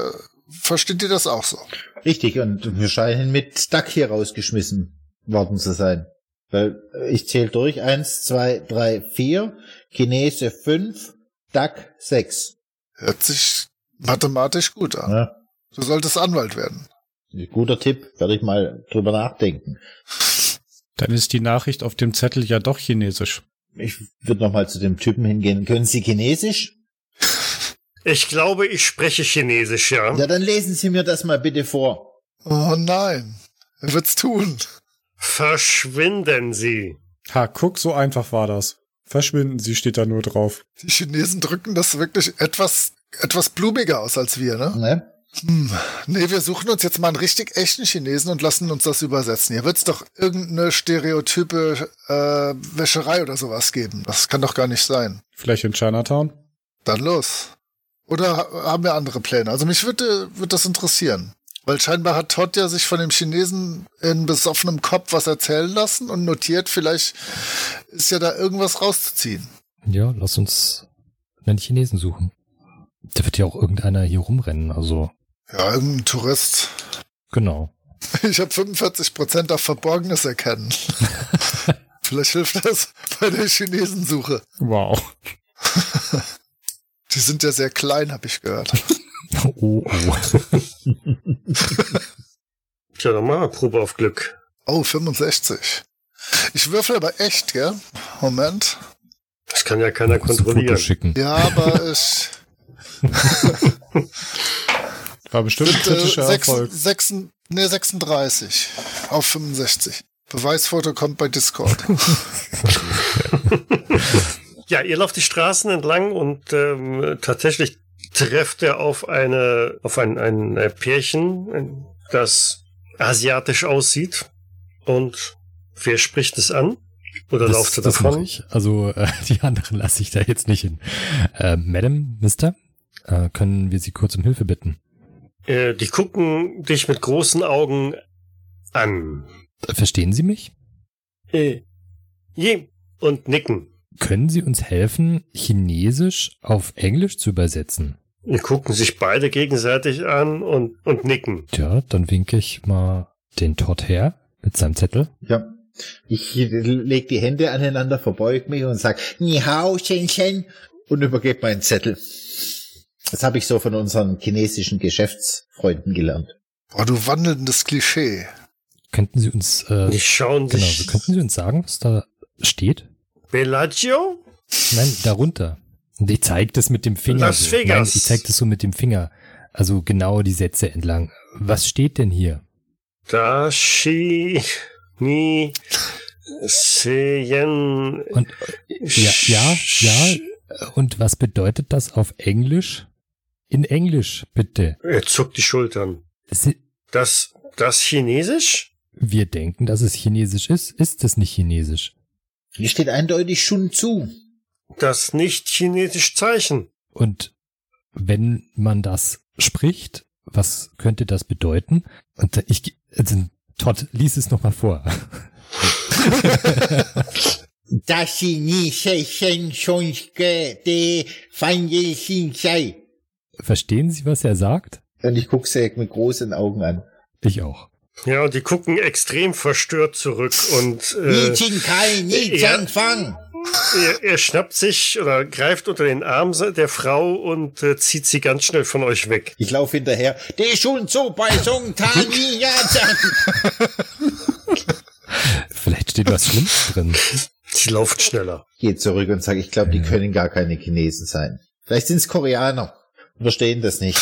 [SPEAKER 2] versteht ihr das auch so?
[SPEAKER 7] Richtig, und wir scheinen mit Duck hier rausgeschmissen worden zu sein. Weil äh, ich zähle durch. Eins, zwei, drei, vier. Chinese fünf, Duck sechs.
[SPEAKER 2] Hört sich mathematisch gut an.
[SPEAKER 7] Ja,
[SPEAKER 2] Du solltest Anwalt werden.
[SPEAKER 7] guter Tipp, werde ich mal drüber nachdenken.
[SPEAKER 3] Dann ist die Nachricht auf dem Zettel ja doch chinesisch.
[SPEAKER 7] Ich würde nochmal zu dem Typen hingehen. Können Sie Chinesisch?
[SPEAKER 1] Ich glaube, ich spreche Chinesisch, ja.
[SPEAKER 7] Ja, dann lesen Sie mir das mal bitte vor.
[SPEAKER 2] Oh nein, er wird's tun.
[SPEAKER 1] Verschwinden Sie.
[SPEAKER 3] Ha, guck, so einfach war das. Verschwinden Sie steht da nur drauf.
[SPEAKER 2] Die Chinesen drücken das wirklich etwas, etwas blumiger aus als wir, ne?
[SPEAKER 7] Ne?
[SPEAKER 2] Hm. Nee, wir suchen uns jetzt mal einen richtig echten Chinesen und lassen uns das übersetzen. Hier wird's doch irgendeine stereotype äh, Wäscherei oder sowas geben. Das kann doch gar nicht sein.
[SPEAKER 3] Vielleicht in Chinatown?
[SPEAKER 2] Dann los. Oder ha haben wir andere Pläne? Also mich würde, würde das interessieren. Weil scheinbar hat Todd ja sich von dem Chinesen in besoffenem Kopf was erzählen lassen und notiert, vielleicht ist ja da irgendwas rauszuziehen.
[SPEAKER 4] Ja, lass uns einen Chinesen suchen. Da wird ja auch irgendeiner hier rumrennen, also
[SPEAKER 2] Ja, irgendein Tourist.
[SPEAKER 4] genau.
[SPEAKER 2] Ich habe 45% auf Verborgenes erkennen. Vielleicht hilft das bei der Chinesensuche.
[SPEAKER 3] Wow.
[SPEAKER 2] Die sind ja sehr klein, habe ich gehört.
[SPEAKER 4] Oh, oh.
[SPEAKER 1] Tja, dann mal Probe auf Glück.
[SPEAKER 2] Oh, 65. Ich würfel aber echt, gell? Moment.
[SPEAKER 1] Das kann ja keiner
[SPEAKER 4] Kannst du ein Foto
[SPEAKER 1] kontrollieren.
[SPEAKER 4] schicken.
[SPEAKER 2] Ja, aber ich.
[SPEAKER 3] War bestimmt ein kritischer
[SPEAKER 2] sechs,
[SPEAKER 3] Erfolg.
[SPEAKER 2] sechs, nee, 36 auf 65. Beweisfoto kommt bei Discord.
[SPEAKER 1] Ja, ihr lauft die Straßen entlang und ähm, tatsächlich trefft ihr auf eine auf ein, ein äh, Pärchen, ein- das asiatisch aussieht. Und wer spricht es an? Oder
[SPEAKER 4] Das-
[SPEAKER 1] lauft ihr
[SPEAKER 4] das mach
[SPEAKER 1] davon?
[SPEAKER 4] ich. Also äh, die anderen lasse ich da jetzt nicht hin. Äh, Madam, Mister, äh, können wir Sie kurz um Hilfe bitten?
[SPEAKER 1] Äh, die gucken dich mit großen Augen an.
[SPEAKER 4] Äh, Verstehen Sie mich?
[SPEAKER 1] Äh, je. Und nicken.
[SPEAKER 4] Können Sie uns helfen, Chinesisch auf Englisch zu übersetzen?
[SPEAKER 1] Die gucken sich beide gegenseitig an und, und nicken.
[SPEAKER 4] Tja, dann winke ich mal den Todd her mit seinem Zettel.
[SPEAKER 7] Ja. Ich leg die Hände aneinander, verbeug mich und sag Ni hao, Shen Shen und übergebe meinen Zettel. Das habe ich so von unseren chinesischen Geschäftsfreunden gelernt.
[SPEAKER 2] Boah, Oh, du wandelndes Klischee.
[SPEAKER 4] Könnten Sie uns, äh,
[SPEAKER 1] Die
[SPEAKER 4] genau,
[SPEAKER 1] schauen
[SPEAKER 4] so
[SPEAKER 1] dich.
[SPEAKER 4] könnten Sie uns sagen, was da steht?
[SPEAKER 1] Bellagio?
[SPEAKER 4] Nein, darunter. Und ich zeig das mit dem Finger.
[SPEAKER 1] Las
[SPEAKER 4] so.
[SPEAKER 1] Vegas.
[SPEAKER 4] Nein, ich zeig das so mit dem Finger. Also genau die Sätze entlang. Was steht denn hier?
[SPEAKER 1] Da shi ni seien.
[SPEAKER 4] Und ja, ja, ja. Und was bedeutet das auf Englisch? In Englisch, bitte.
[SPEAKER 1] Er zuckt die Schultern.
[SPEAKER 4] Si-
[SPEAKER 1] Das, das Chinesisch?
[SPEAKER 4] Wir denken, dass es Chinesisch ist. Ist es nicht Chinesisch?
[SPEAKER 7] Hier steht eindeutig Shun Tzu.
[SPEAKER 1] Das nicht chinesisch Zeichen.
[SPEAKER 4] Und wenn man das spricht, was könnte das bedeuten? Und ich, ge- also, Todd, lies es nochmal vor.
[SPEAKER 7] Dashi ni shei shen shon ge de fan ye xin shai.
[SPEAKER 4] Verstehen Sie, was er sagt?
[SPEAKER 7] Und ich guck sie mit großen Augen an.
[SPEAKER 4] Ich auch.
[SPEAKER 1] Ja, und die gucken extrem verstört zurück und
[SPEAKER 7] Ni
[SPEAKER 1] äh,
[SPEAKER 7] jin kai ni
[SPEAKER 1] ja.
[SPEAKER 7] zhang fang.
[SPEAKER 1] er, er schnappt sich oder greift unter den Arm der Frau und äh, zieht sie ganz schnell von euch weg.
[SPEAKER 7] Ich laufe hinterher. De Shun Tzu bei Song Ta ni ya zhang.
[SPEAKER 4] Vielleicht steht was Schlimmes drin.
[SPEAKER 1] Sie lauft schneller.
[SPEAKER 7] Geh zurück und sag, ich glaube, die können gar keine Chinesen sein. Vielleicht sind's Koreaner. Wir verstehen das nicht.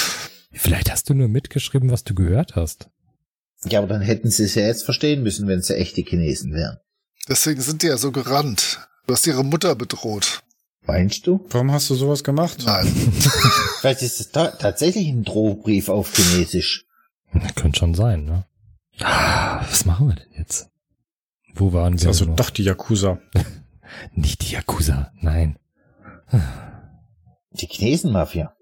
[SPEAKER 4] Vielleicht hast du nur mitgeschrieben, was du gehört hast.
[SPEAKER 7] Ja, aber dann hätten sie es ja jetzt verstehen müssen, wenn sie echte Chinesen wären.
[SPEAKER 2] Deswegen sind die ja so gerannt. Du hast ihre Mutter bedroht.
[SPEAKER 7] Meinst du?
[SPEAKER 3] Warum hast du sowas gemacht?
[SPEAKER 2] Nein.
[SPEAKER 7] Vielleicht ist es ta tatsächlich ein Drohbrief auf Chinesisch.
[SPEAKER 4] Na, könnte schon sein, ne? Ah, Was machen wir denn jetzt? Wo waren
[SPEAKER 3] Das
[SPEAKER 4] wir
[SPEAKER 3] ist also
[SPEAKER 4] noch?
[SPEAKER 3] doch die Yakuza.
[SPEAKER 4] Nicht die Yakuza, nein.
[SPEAKER 7] Die Chinesenmafia.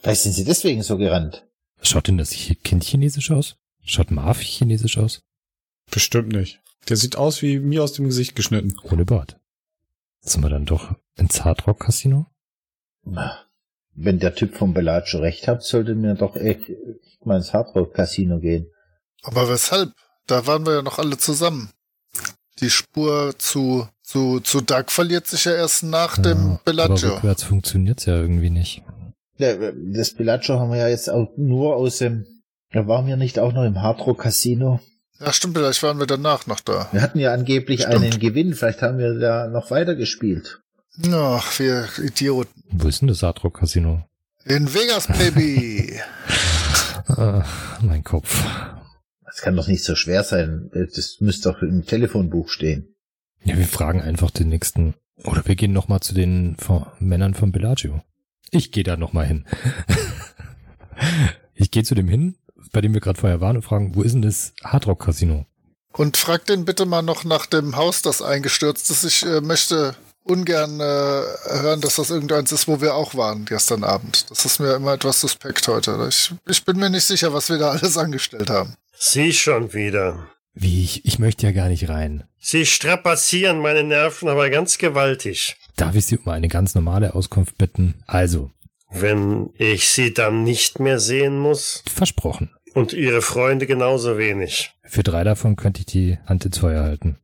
[SPEAKER 7] Vielleicht sind sie deswegen so gerannt.
[SPEAKER 4] Schaut denn das Chi- Kind chinesisch aus? Schaut Marv chinesisch aus?
[SPEAKER 3] Bestimmt nicht. Der sieht aus wie mir aus dem Gesicht geschnitten.
[SPEAKER 4] Ohne Bart. Sind wir dann doch ins Hardrock Casino?
[SPEAKER 7] Wenn der Typ vom Bellagio recht hat, sollten wir doch echt mal ins Hardrock-Casino gehen.
[SPEAKER 2] Aber weshalb? Da waren wir ja noch alle zusammen. Die Spur zu, zu, zu Doug verliert sich ja erst nach dem
[SPEAKER 4] Ja, Genau. Aber
[SPEAKER 2] Bellagio.
[SPEAKER 4] rückwärts funktioniert's ja irgendwie nicht.
[SPEAKER 7] Ja, äh, Das Bellagio haben wir ja jetzt auch nur aus dem... Da waren wir nicht auch noch im Hardrock-Casino?
[SPEAKER 2] Ja, stimmt, vielleicht waren wir danach noch da.
[SPEAKER 7] Wir hatten ja angeblich
[SPEAKER 2] Stimmt.
[SPEAKER 7] einen Gewinn. Vielleicht haben wir da noch weitergespielt.
[SPEAKER 2] Ach, wir Idioten.
[SPEAKER 4] Wo ist denn das Hardrock Casino?
[SPEAKER 2] In Vegas, Baby!
[SPEAKER 4] Ach, Ah, mein Kopf.
[SPEAKER 7] Das kann doch nicht so schwer sein. äh, Das müsste doch im Telefonbuch stehen.
[SPEAKER 4] Ja, wir fragen einfach den nächsten. Oder wir gehen nochmal zu den Fa- Männern von Bellagio. Ich gehe da nochmal hin. ich gehe zu dem hin, bei dem wir gerade vorher waren und fragen, wo ist denn das Hardrock Casino?
[SPEAKER 2] Und frag den bitte mal noch nach dem Haus, das eingestürzt ist. Ich äh, möchte ungern äh, hören, dass das irgendeins ist, wo wir auch waren gestern Abend. Das ist mir immer etwas suspekt heute. Ich, ich bin mir nicht sicher, was wir da alles angestellt haben.
[SPEAKER 1] Sie schon wieder.
[SPEAKER 4] Wie ich, ich möchte ja gar nicht rein.
[SPEAKER 1] Sie strapazieren meine Nerven aber ganz gewaltig.
[SPEAKER 4] Darf ich Sie um eine ganz normale Auskunft bitten? Also,
[SPEAKER 1] Wenn ich sie dann nicht mehr sehen muss
[SPEAKER 4] versprochen.
[SPEAKER 1] und ihre Freunde genauso wenig.
[SPEAKER 4] Für drei davon könnte ich die Hand ins Feuer halten.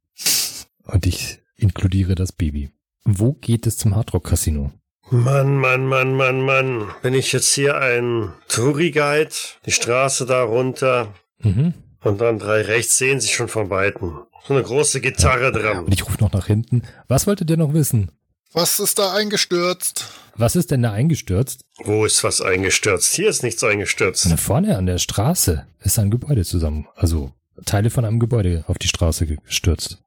[SPEAKER 4] Und ich inkludiere das Baby. Wo geht es zum Hardrock Casino?
[SPEAKER 1] Mann, Mann, Mann, Mann, Mann. Bin ich jetzt hier ein Touri-Guide? Die Straße da runter
[SPEAKER 4] Mhm.
[SPEAKER 1] und dann drei rechts sehen sie schon von Weitem. So eine große Gitarre dran.
[SPEAKER 4] Und ich rufe noch nach hinten. Was wolltet ihr noch wissen?
[SPEAKER 2] Was ist da eingestürzt?
[SPEAKER 4] Was ist denn da eingestürzt?
[SPEAKER 1] Wo ist was eingestürzt? Hier ist nichts eingestürzt.
[SPEAKER 4] Da vorne an der Straße ist ein Gebäude zusammen. Also Teile von einem Gebäude auf die Straße gestürzt.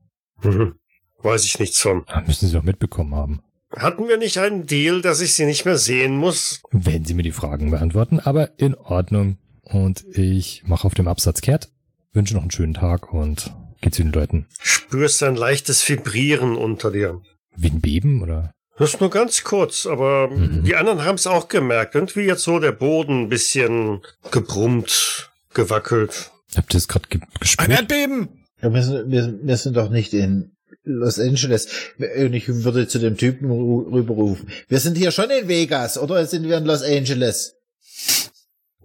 [SPEAKER 1] Mhm. Weiß ich nichts von.
[SPEAKER 4] Da müssen Sie doch mitbekommen haben.
[SPEAKER 1] Hatten wir nicht einen Deal, dass ich sie nicht mehr sehen muss?
[SPEAKER 4] Wenn Sie mir die Fragen beantworten, aber in Ordnung. Und ich mache auf dem Absatz kehrt, wünsche noch einen schönen Tag und gehe zu den Leuten.
[SPEAKER 1] Spürst ein leichtes Vibrieren unter dir.
[SPEAKER 4] Wie ein Beben oder?
[SPEAKER 1] Das ist nur ganz kurz, aber die anderen haben es auch gemerkt. Irgendwie jetzt so der Boden ein bisschen gebrummt, gewackelt.
[SPEAKER 4] Habt ihr es gerade ge
[SPEAKER 3] Ein
[SPEAKER 4] gespürt?
[SPEAKER 3] Erdbeben!
[SPEAKER 7] Ja, wir, sind, wir, wir sind doch nicht in Los Angeles. Äh, Und ich würde zu dem Typen ru- rüberrufen. Wir sind hier schon in Vegas, oder sind wir in Los Angeles?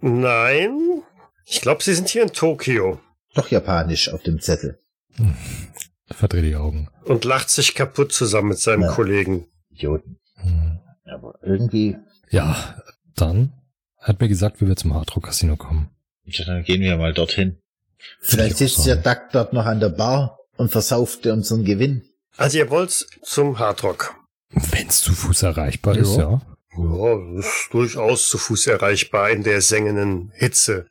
[SPEAKER 1] Nein, ich glaube, sie sind hier in Tokio
[SPEAKER 7] Doch japanisch auf dem Zettel.
[SPEAKER 4] Verdreh die Augen.
[SPEAKER 1] und lacht sich kaputt zusammen mit seinem
[SPEAKER 7] Ja.
[SPEAKER 1] Kollegen.
[SPEAKER 7] Idioten.
[SPEAKER 4] Hm.
[SPEAKER 7] Aber irgendwie.
[SPEAKER 4] Ja, dann hat mir gesagt, wie wir zum Hardrock Casino kommen.
[SPEAKER 7] Ja, dann gehen wir mal dorthin. Vielleicht
[SPEAKER 4] Ich auch
[SPEAKER 7] sitzt ja
[SPEAKER 4] sagen.
[SPEAKER 7] Duck dort noch an der Bar und versauft unseren Gewinn.
[SPEAKER 1] Also ihr wollt zum Hardrock.
[SPEAKER 4] Wenn es zu Fuß erreichbar
[SPEAKER 3] Ja.
[SPEAKER 4] ist, ja.
[SPEAKER 1] Ja, das ist durchaus zu Fuß erreichbar in der sengenden Hitze.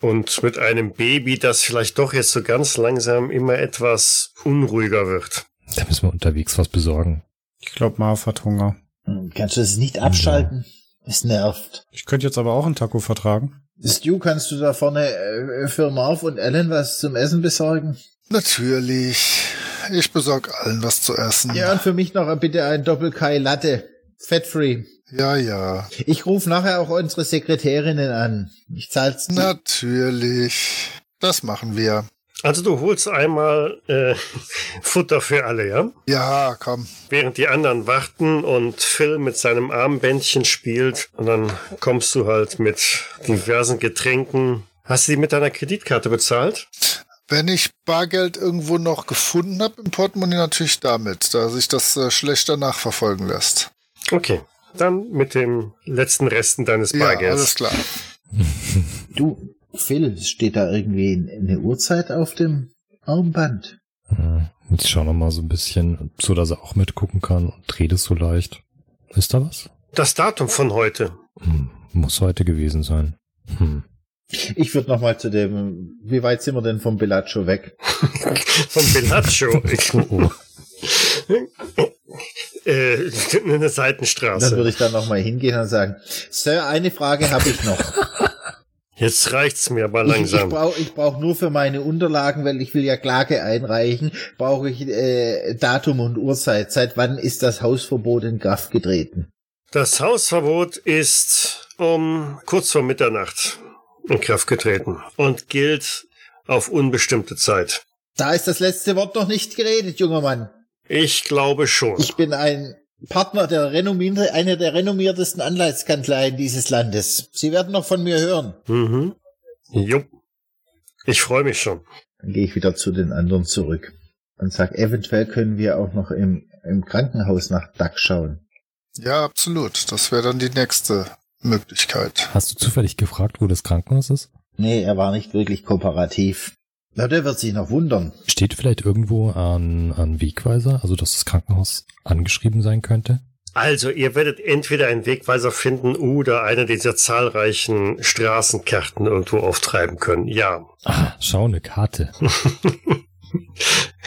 [SPEAKER 1] Und mit einem Baby, das vielleicht doch jetzt so ganz langsam immer etwas unruhiger wird.
[SPEAKER 4] Da müssen wir unterwegs was besorgen.
[SPEAKER 3] Ich glaube, Marv hat Hunger.
[SPEAKER 7] Hm, Kannst du das nicht abschalten? Es nervt.
[SPEAKER 3] Ich könnte jetzt aber auch einen Taco vertragen.
[SPEAKER 7] Stu, kannst du da vorne äh, für Marv und Ellen was zum Essen besorgen?
[SPEAKER 2] Natürlich. Ich besorge allen was zu essen.
[SPEAKER 7] Ja, und für mich noch bitte ein Doppelkai Latte. Fat free.
[SPEAKER 2] ja. ja.
[SPEAKER 7] Ich rufe nachher auch unsere Sekretärinnen an. Ich zahl's.
[SPEAKER 2] Natürlich. Das machen wir.
[SPEAKER 1] Also du holst einmal äh, Futter für alle, ja?
[SPEAKER 2] Ja, komm.
[SPEAKER 1] Während die anderen warten und Phil mit seinem Armbändchen spielt und dann kommst du halt mit diversen Getränken. Hast du die mit deiner Kreditkarte bezahlt?
[SPEAKER 2] Wenn ich Bargeld irgendwo noch gefunden habe im Portemonnaie, natürlich damit, da sich das äh, schlechter nachverfolgen lässt.
[SPEAKER 1] Okay. Dann mit dem letzten Resten deines
[SPEAKER 2] Ja, alles
[SPEAKER 1] Bargelds.
[SPEAKER 2] klar.
[SPEAKER 7] Du, Phil, steht da irgendwie eine Uhrzeit auf dem Armband?
[SPEAKER 4] Hm. Ich schaue noch mal so ein bisschen, so dass er auch mitgucken kann und drehe das so leicht. Ist da was?
[SPEAKER 1] das Datum von heute.
[SPEAKER 4] Hm. Muss heute gewesen sein. Hm.
[SPEAKER 7] Ich würde nochmal zu dem, wie weit sind wir denn vom Bellaccio weg?
[SPEAKER 1] Von Bellaccio.
[SPEAKER 4] Oh, oh.
[SPEAKER 1] äh, eine Seitenstraße.
[SPEAKER 7] Dann würde ich da nochmal hingehen und sagen, Sir, eine Frage habe ich noch.
[SPEAKER 1] Jetzt reicht's mir aber
[SPEAKER 7] Ich, ich
[SPEAKER 1] langsam.
[SPEAKER 7] brauche ich brauch nur für meine Unterlagen, weil ich will ja Klage einreichen, brauche ich äh, Datum und Uhrzeit. Seit wann ist das Hausverbot in Kraft getreten?
[SPEAKER 1] das Hausverbot ist um kurz vor Mitternacht in Kraft getreten und gilt auf unbestimmte Zeit.
[SPEAKER 7] Da ist das letzte Wort noch nicht geredet, junger Mann.
[SPEAKER 1] Ich glaube schon.
[SPEAKER 7] Ich bin ein Partner der renommierte, einer der renommiertesten Anwaltskanzleien dieses Landes. Sie werden noch von mir hören.
[SPEAKER 1] mhm. Jupp. Ich freue mich schon.
[SPEAKER 7] Dann gehe ich wieder zu den anderen zurück und sag, eventuell können wir auch noch im, im Krankenhaus nach Duck schauen.
[SPEAKER 2] Ja, absolut. Das wäre dann die nächste Möglichkeit.
[SPEAKER 4] Hast du zufällig gefragt, wo das Krankenhaus ist?
[SPEAKER 7] Nee, er war nicht wirklich kooperativ. Na, der wird sich noch wundern.
[SPEAKER 4] Steht vielleicht irgendwo an, an Wegweiser, also dass das Krankenhaus angeschrieben sein könnte?
[SPEAKER 1] Also, ihr werdet entweder einen Wegweiser finden oder eine dieser zahlreichen Straßenkarten irgendwo auftreiben können. Ja.
[SPEAKER 4] Ah, schau, eine Karte.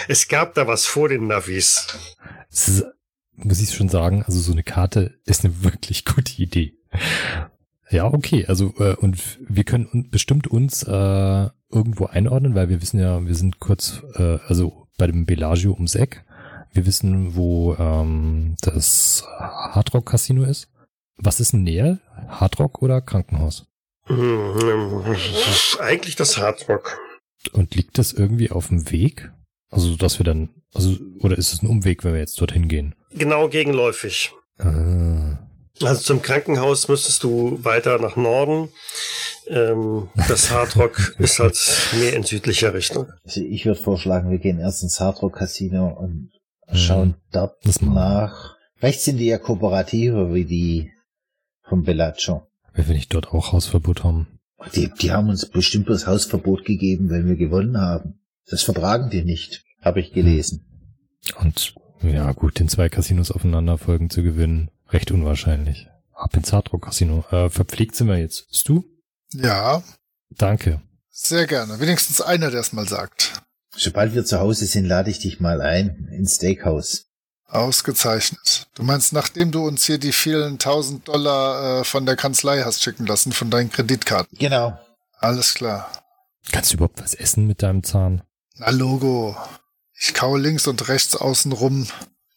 [SPEAKER 1] Es gab da was vor den Navis.
[SPEAKER 4] Es ist, muss ich schon sagen, also so eine Karte ist eine wirklich gute Idee. Ja, okay, also äh, und f- wir können un bestimmt uns äh, irgendwo einordnen, weil wir wissen ja, wir sind kurz, äh, also bei dem Bellagio ums Eck. Wir wissen, wo ähm, das Hardrock Casino ist. Was ist denn näher? Hardrock oder Krankenhaus?
[SPEAKER 1] Hm, Eigentlich das Hardrock.
[SPEAKER 4] Und liegt das irgendwie auf dem Weg? Also, dass wir dann, also, oder ist es ein Umweg, wenn wir jetzt dorthin gehen?
[SPEAKER 1] Genau gegenläufig.
[SPEAKER 4] Ah.
[SPEAKER 1] Also zum Krankenhaus müsstest du weiter nach Norden. Ähm, das Hardrock ist halt mehr in südlicher Richtung.
[SPEAKER 7] Also ich würde vorschlagen, wir gehen erst ins Hardrock Casino und
[SPEAKER 4] Mhm.
[SPEAKER 7] schauen dort
[SPEAKER 4] Das machen wir.
[SPEAKER 7] nach. Vielleicht sind die ja kooperativer wie die vom Bellaccio.
[SPEAKER 4] Wenn wir nicht dort auch Hausverbot haben.
[SPEAKER 7] Die, die haben uns bestimmt das Hausverbot gegeben, wenn wir gewonnen haben. Das vertragen die nicht, habe ich gelesen.
[SPEAKER 4] Und ja, gut, den zwei Casinos aufeinanderfolgend zu gewinnen, recht unwahrscheinlich. Ab ins Hardrock-Casino. Äh, verpflegt sind wir jetzt. Bist du?
[SPEAKER 2] Ja,
[SPEAKER 4] Danke.
[SPEAKER 2] sehr gerne. Wenigstens einer, der es mal sagt.
[SPEAKER 7] Sobald wir zu Hause sind, lade ich dich mal ein ins Steakhouse.
[SPEAKER 2] Ausgezeichnet. Du meinst, nachdem du uns hier die vielen tausend Dollar äh, von der Kanzlei hast schicken lassen, von deinen Kreditkarten.
[SPEAKER 7] Genau.
[SPEAKER 2] Alles klar.
[SPEAKER 4] Kannst du überhaupt was essen mit deinem Zahn?
[SPEAKER 2] Na, Logo. Ich kaue links und rechts außen rum.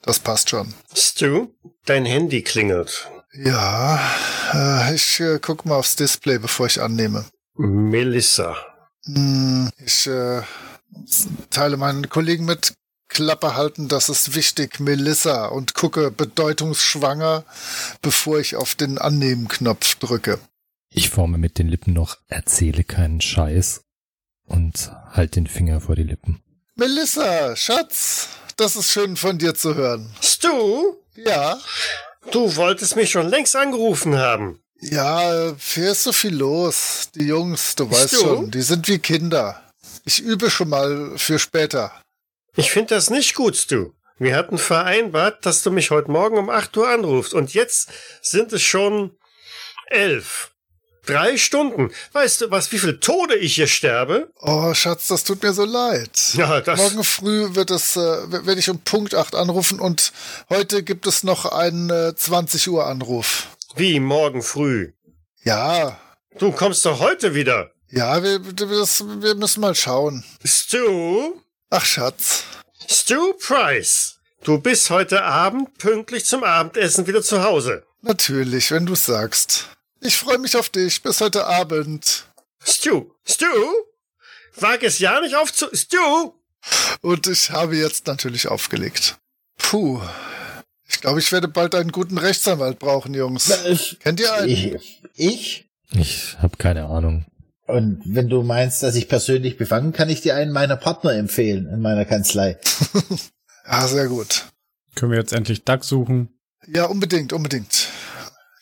[SPEAKER 2] Das passt schon.
[SPEAKER 1] Stu, dein Handy klingelt.
[SPEAKER 2] Ja, äh, ich äh, guck mal aufs Display, bevor ich annehme.
[SPEAKER 1] Melissa.
[SPEAKER 2] Hm, Ich äh, teile meinen Kollegen mit Klappe halten, das ist wichtig, Melissa, und gucke bedeutungsschwanger, bevor ich auf den Annehmen-Knopf drücke.
[SPEAKER 4] Ich forme mit den Lippen noch, erzähle keinen Scheiß und halt den Finger vor die Lippen.
[SPEAKER 2] Melissa, Schatz, das ist schön von dir zu hören.
[SPEAKER 1] Stu,
[SPEAKER 2] Ja,
[SPEAKER 1] du wolltest mich schon längst angerufen haben.
[SPEAKER 2] ja, äh, hier ist so viel los. Die Jungs, du weißt
[SPEAKER 1] du?
[SPEAKER 2] schon, die sind wie Kinder. Ich übe schon mal für später.
[SPEAKER 1] Ich finde das nicht gut, Stu. Wir hatten vereinbart, dass du mich heute Morgen um 8 Uhr anrufst. Und jetzt sind es schon elf. Drei Stunden. Weißt du, was, wie viel Tode ich hier sterbe?
[SPEAKER 2] Oh, Schatz, das tut mir so leid.
[SPEAKER 1] Ja, das-
[SPEAKER 2] Morgen früh wird es, äh, w- werde ich um Punkt 8 anrufen und heute gibt es noch einen äh, 20 Uhr Anruf.
[SPEAKER 1] Wie morgen früh.
[SPEAKER 2] Ja,
[SPEAKER 1] Du kommst doch heute wieder.
[SPEAKER 2] ja, wir, das, wir müssen mal schauen.
[SPEAKER 1] Stu?
[SPEAKER 2] Ach, Schatz.
[SPEAKER 1] Stu Price. Du bist heute Abend pünktlich zum Abendessen wieder zu Hause.
[SPEAKER 2] Natürlich, wenn du sagst. Ich freue mich auf dich. Bis heute Abend.
[SPEAKER 1] Stu? Stu? Wag es ja nicht auf zu... Stu?
[SPEAKER 2] Und ich habe jetzt natürlich aufgelegt. Puh. Ich glaube, ich werde bald einen guten Rechtsanwalt brauchen, Jungs.
[SPEAKER 7] Ich,
[SPEAKER 2] Kennt ihr einen?
[SPEAKER 7] ich, ich?
[SPEAKER 4] Ich habe keine Ahnung.
[SPEAKER 7] Und wenn du meinst, dass ich persönlich befangen, kann ich dir einen meiner Partner empfehlen in meiner Kanzlei.
[SPEAKER 2] Ah, sehr gut.
[SPEAKER 3] Können wir jetzt endlich Duck suchen?
[SPEAKER 2] Ja, unbedingt, unbedingt.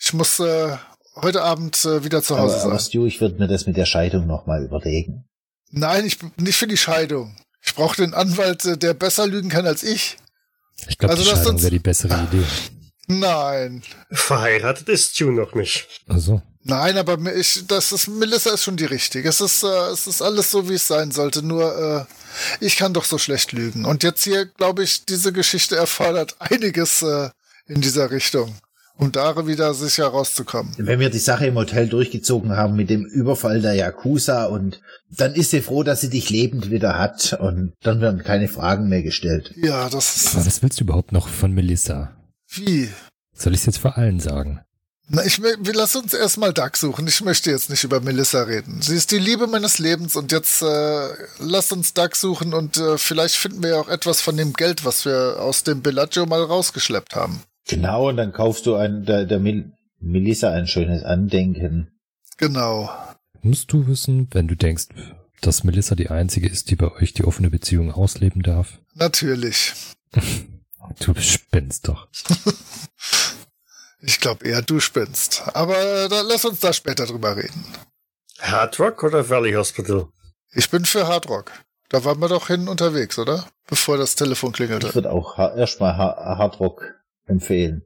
[SPEAKER 2] Ich muss äh, heute Abend äh, wieder zu Hause
[SPEAKER 7] Aber, aber
[SPEAKER 2] sein.
[SPEAKER 7] Stu, ich würde mir das mit der Scheidung nochmal überlegen.
[SPEAKER 2] Nein, ich nicht für die Scheidung. Ich brauche den Anwalt, äh, der besser lügen kann als ich.
[SPEAKER 4] Ich glaube,
[SPEAKER 2] Also
[SPEAKER 4] die
[SPEAKER 2] lasst
[SPEAKER 4] Scheidung
[SPEAKER 2] uns-
[SPEAKER 4] wäre die bessere Idee.
[SPEAKER 2] Nein.
[SPEAKER 1] Verheiratet ist Stu noch nicht.
[SPEAKER 4] Also,
[SPEAKER 2] Nein, aber mir- ich, das ist, Melissa ist schon die richtige. Es ist, äh, es ist alles so, wie es sein sollte. Nur, äh, ich kann doch so schlecht lügen. Und jetzt hier, glaube ich, diese Geschichte erfordert einiges äh, in dieser Richtung, um da wieder sicher rauszukommen.
[SPEAKER 7] Wenn wir die Sache im Hotel durchgezogen haben mit dem Überfall der Yakuza und dann ist sie froh, dass sie dich lebend wieder hat und dann werden keine Fragen mehr gestellt.
[SPEAKER 2] Ja, das ist
[SPEAKER 4] Was willst du überhaupt noch von Melissa?
[SPEAKER 2] wie.
[SPEAKER 4] Soll ich es jetzt vor allen sagen?
[SPEAKER 2] Na, ich, mö- wir lass uns erstmal Doug suchen. Ich möchte jetzt nicht über Melissa reden. Sie ist die Liebe meines Lebens und jetzt äh, lasst uns Doug suchen und äh, vielleicht finden wir ja auch etwas von dem Geld, was wir aus dem Bellagio mal rausgeschleppt haben.
[SPEAKER 7] Genau, und dann kaufst du ein, der, der Mel Melissa ein schönes Andenken.
[SPEAKER 2] Genau.
[SPEAKER 4] Musst du wissen, wenn du denkst, dass Melissa die einzige ist, die bei euch die offene Beziehung ausleben darf?
[SPEAKER 2] Natürlich.
[SPEAKER 4] Du spinnst doch.
[SPEAKER 2] Ich glaube eher, du spinnst. Aber äh, da, lass uns da später drüber reden.
[SPEAKER 1] Hard Rock oder Valley Hospital?
[SPEAKER 2] Ich bin für Hard Rock. Da waren wir doch hin unterwegs, oder? Bevor das Telefon
[SPEAKER 7] Ich
[SPEAKER 2] klingelte.
[SPEAKER 7] würde auch ha- erstmal ha Hardrock empfehlen.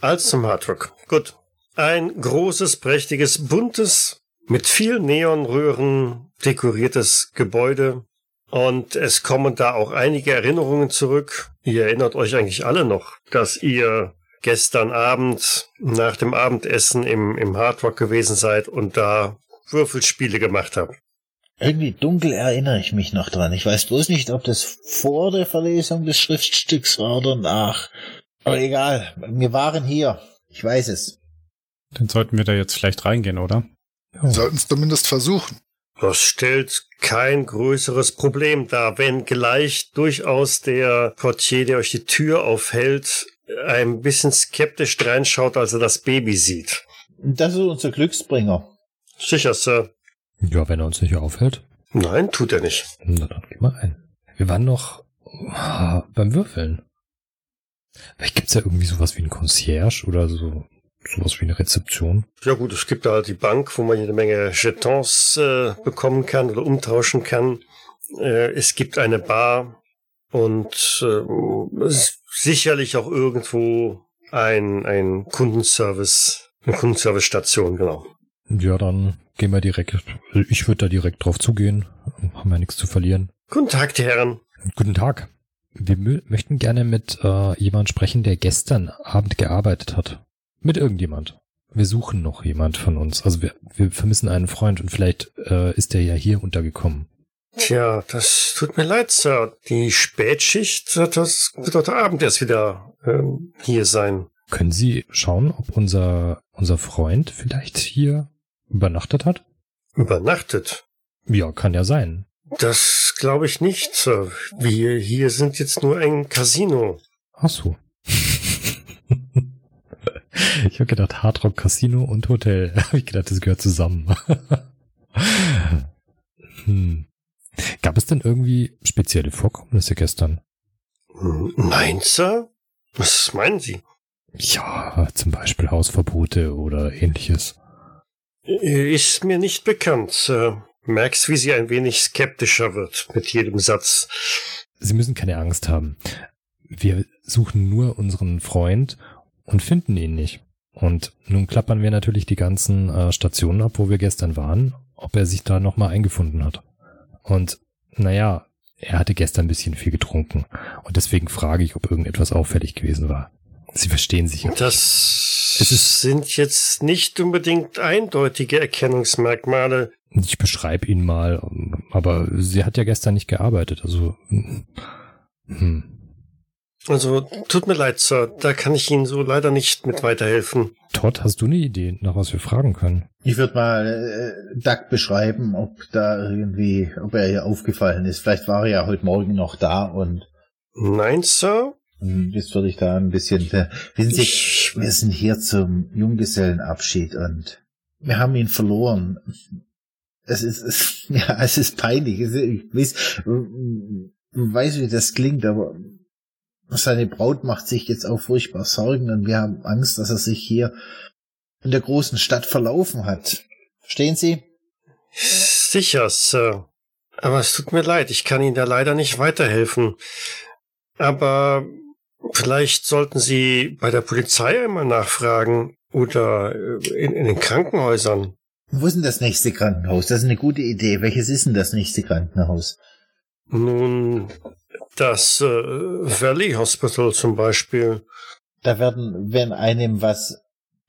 [SPEAKER 1] Als zum Hard Rock. Gut. Ein großes, prächtiges, buntes, mit viel Neonröhren dekoriertes Gebäude. Und es kommen da auch einige Erinnerungen zurück. Ihr erinnert euch eigentlich alle noch, dass ihr gestern Abend nach dem Abendessen im, im Hard Rock gewesen seid und da Würfelspiele gemacht habt.
[SPEAKER 7] Irgendwie dunkel erinnere ich mich noch dran. Ich weiß bloß nicht, ob das vor der Verlesung des Schriftstücks war oder nach. Aber egal, wir waren hier. Ich weiß es.
[SPEAKER 3] Dann sollten wir da jetzt vielleicht reingehen, oder?
[SPEAKER 2] Wir sollten es zumindest versuchen.
[SPEAKER 1] Das stellt kein größeres Problem dar, wenngleich durchaus der Portier, der euch die Tür aufhält, ein bisschen skeptisch reinschaut, als er das Baby sieht.
[SPEAKER 7] Das ist unser Glücksbringer.
[SPEAKER 1] Sicher, Sir.
[SPEAKER 4] Ja, wenn er uns nicht aufhält,
[SPEAKER 1] Nein, tut er nicht.
[SPEAKER 4] na dann geh mal ein. Wir waren noch ah, beim Würfeln. Vielleicht gibt's ja irgendwie sowas wie einen Concierge oder so sowas wie eine Rezeption.
[SPEAKER 1] Ja gut, es gibt da halt die Bank, wo man jede Menge Jetons äh, bekommen kann oder umtauschen kann. Äh, es gibt eine Bar und äh, es ist sicherlich auch irgendwo ein, ein Kundenservice, eine Kundenservice-Station, genau.
[SPEAKER 4] Ja, dann gehen wir direkt. Ich würde da direkt drauf zugehen. Haben wir nichts zu verlieren.
[SPEAKER 1] Guten Tag, die Herren.
[SPEAKER 4] Guten Tag. Wir mö- möchten gerne mit äh, jemand sprechen, der gestern Abend gearbeitet hat. Mit irgendjemand. Wir suchen noch jemand von uns. Also wir, wir vermissen einen Freund und vielleicht äh, ist der ja hier untergekommen.
[SPEAKER 1] Tja, das tut mir leid, Sir. Die Spätschicht wird, das, wird heute Abend erst wieder ähm, hier sein.
[SPEAKER 4] Können Sie schauen, ob unser, unser Freund vielleicht hier übernachtet hat?
[SPEAKER 1] Übernachtet?
[SPEAKER 4] Ja, kann ja sein.
[SPEAKER 1] Das glaube ich nicht, Sir. Wir hier sind jetzt nur ein Casino.
[SPEAKER 4] Ach so. ich habe gedacht, Hard Rock Casino und Hotel. Hab ich gedacht, das gehört zusammen. hm. Gab es denn irgendwie spezielle Vorkommnisse gestern?
[SPEAKER 1] Hm, Nein, Sir? Was meinen Sie?
[SPEAKER 4] Ja, zum Beispiel Hausverbote oder ähnliches.
[SPEAKER 1] Äh, Ist mir nicht bekannt, Sir. Merkst, wie sie ein wenig skeptischer wird mit jedem Satz.
[SPEAKER 4] Sie müssen keine Angst haben. Wir suchen nur unseren Freund und finden ihn nicht. Und nun klappern wir natürlich die ganzen äh, Stationen ab, wo wir gestern waren, ob er sich da nochmal eingefunden hat. Und naja, er hatte gestern ein bisschen viel getrunken. Und deswegen frage ich, ob irgendetwas auffällig gewesen war. Sie verstehen sich.
[SPEAKER 1] Das
[SPEAKER 4] Es ist-
[SPEAKER 1] sind jetzt nicht unbedingt eindeutige Erkennungsmerkmale.
[SPEAKER 4] Ich beschreibe ihn mal, aber sie hat ja gestern nicht gearbeitet. Also, hm.
[SPEAKER 1] Also, tut mir leid, Sir, da kann ich Ihnen so leider nicht mit weiterhelfen.
[SPEAKER 4] Todd, hast du eine Idee, nach was wir fragen können?
[SPEAKER 7] Ich würde mal äh, Duck beschreiben, ob da irgendwie, ob er hier aufgefallen ist. Vielleicht war er ja heute Morgen noch da und
[SPEAKER 1] Nein, Sir?
[SPEAKER 7] und jetzt würde ich da ein bisschen. Äh, wissen Sie,
[SPEAKER 1] Ich,
[SPEAKER 7] wir sind hier zum Junggesellenabschied und wir haben ihn verloren. Es ist, es, ja, es ist peinlich. Es, ist- ich weiß, weiß, wie das klingt, aber seine Braut macht sich jetzt auch furchtbar Sorgen und wir haben Angst, dass er sich hier in der großen Stadt verlaufen hat. Verstehen Sie?
[SPEAKER 1] sicher, Sir. Aber es tut mir leid, ich kann Ihnen da leider nicht weiterhelfen. Aber vielleicht sollten Sie bei der Polizei einmal nachfragen oder äh, in, in den Krankenhäusern.
[SPEAKER 7] Wo ist denn das nächste Krankenhaus? Das ist eine gute Idee. Welches ist denn das nächste Krankenhaus?
[SPEAKER 1] Nun, das äh, Valley Hospital zum Beispiel.
[SPEAKER 7] Da werden, wenn einem was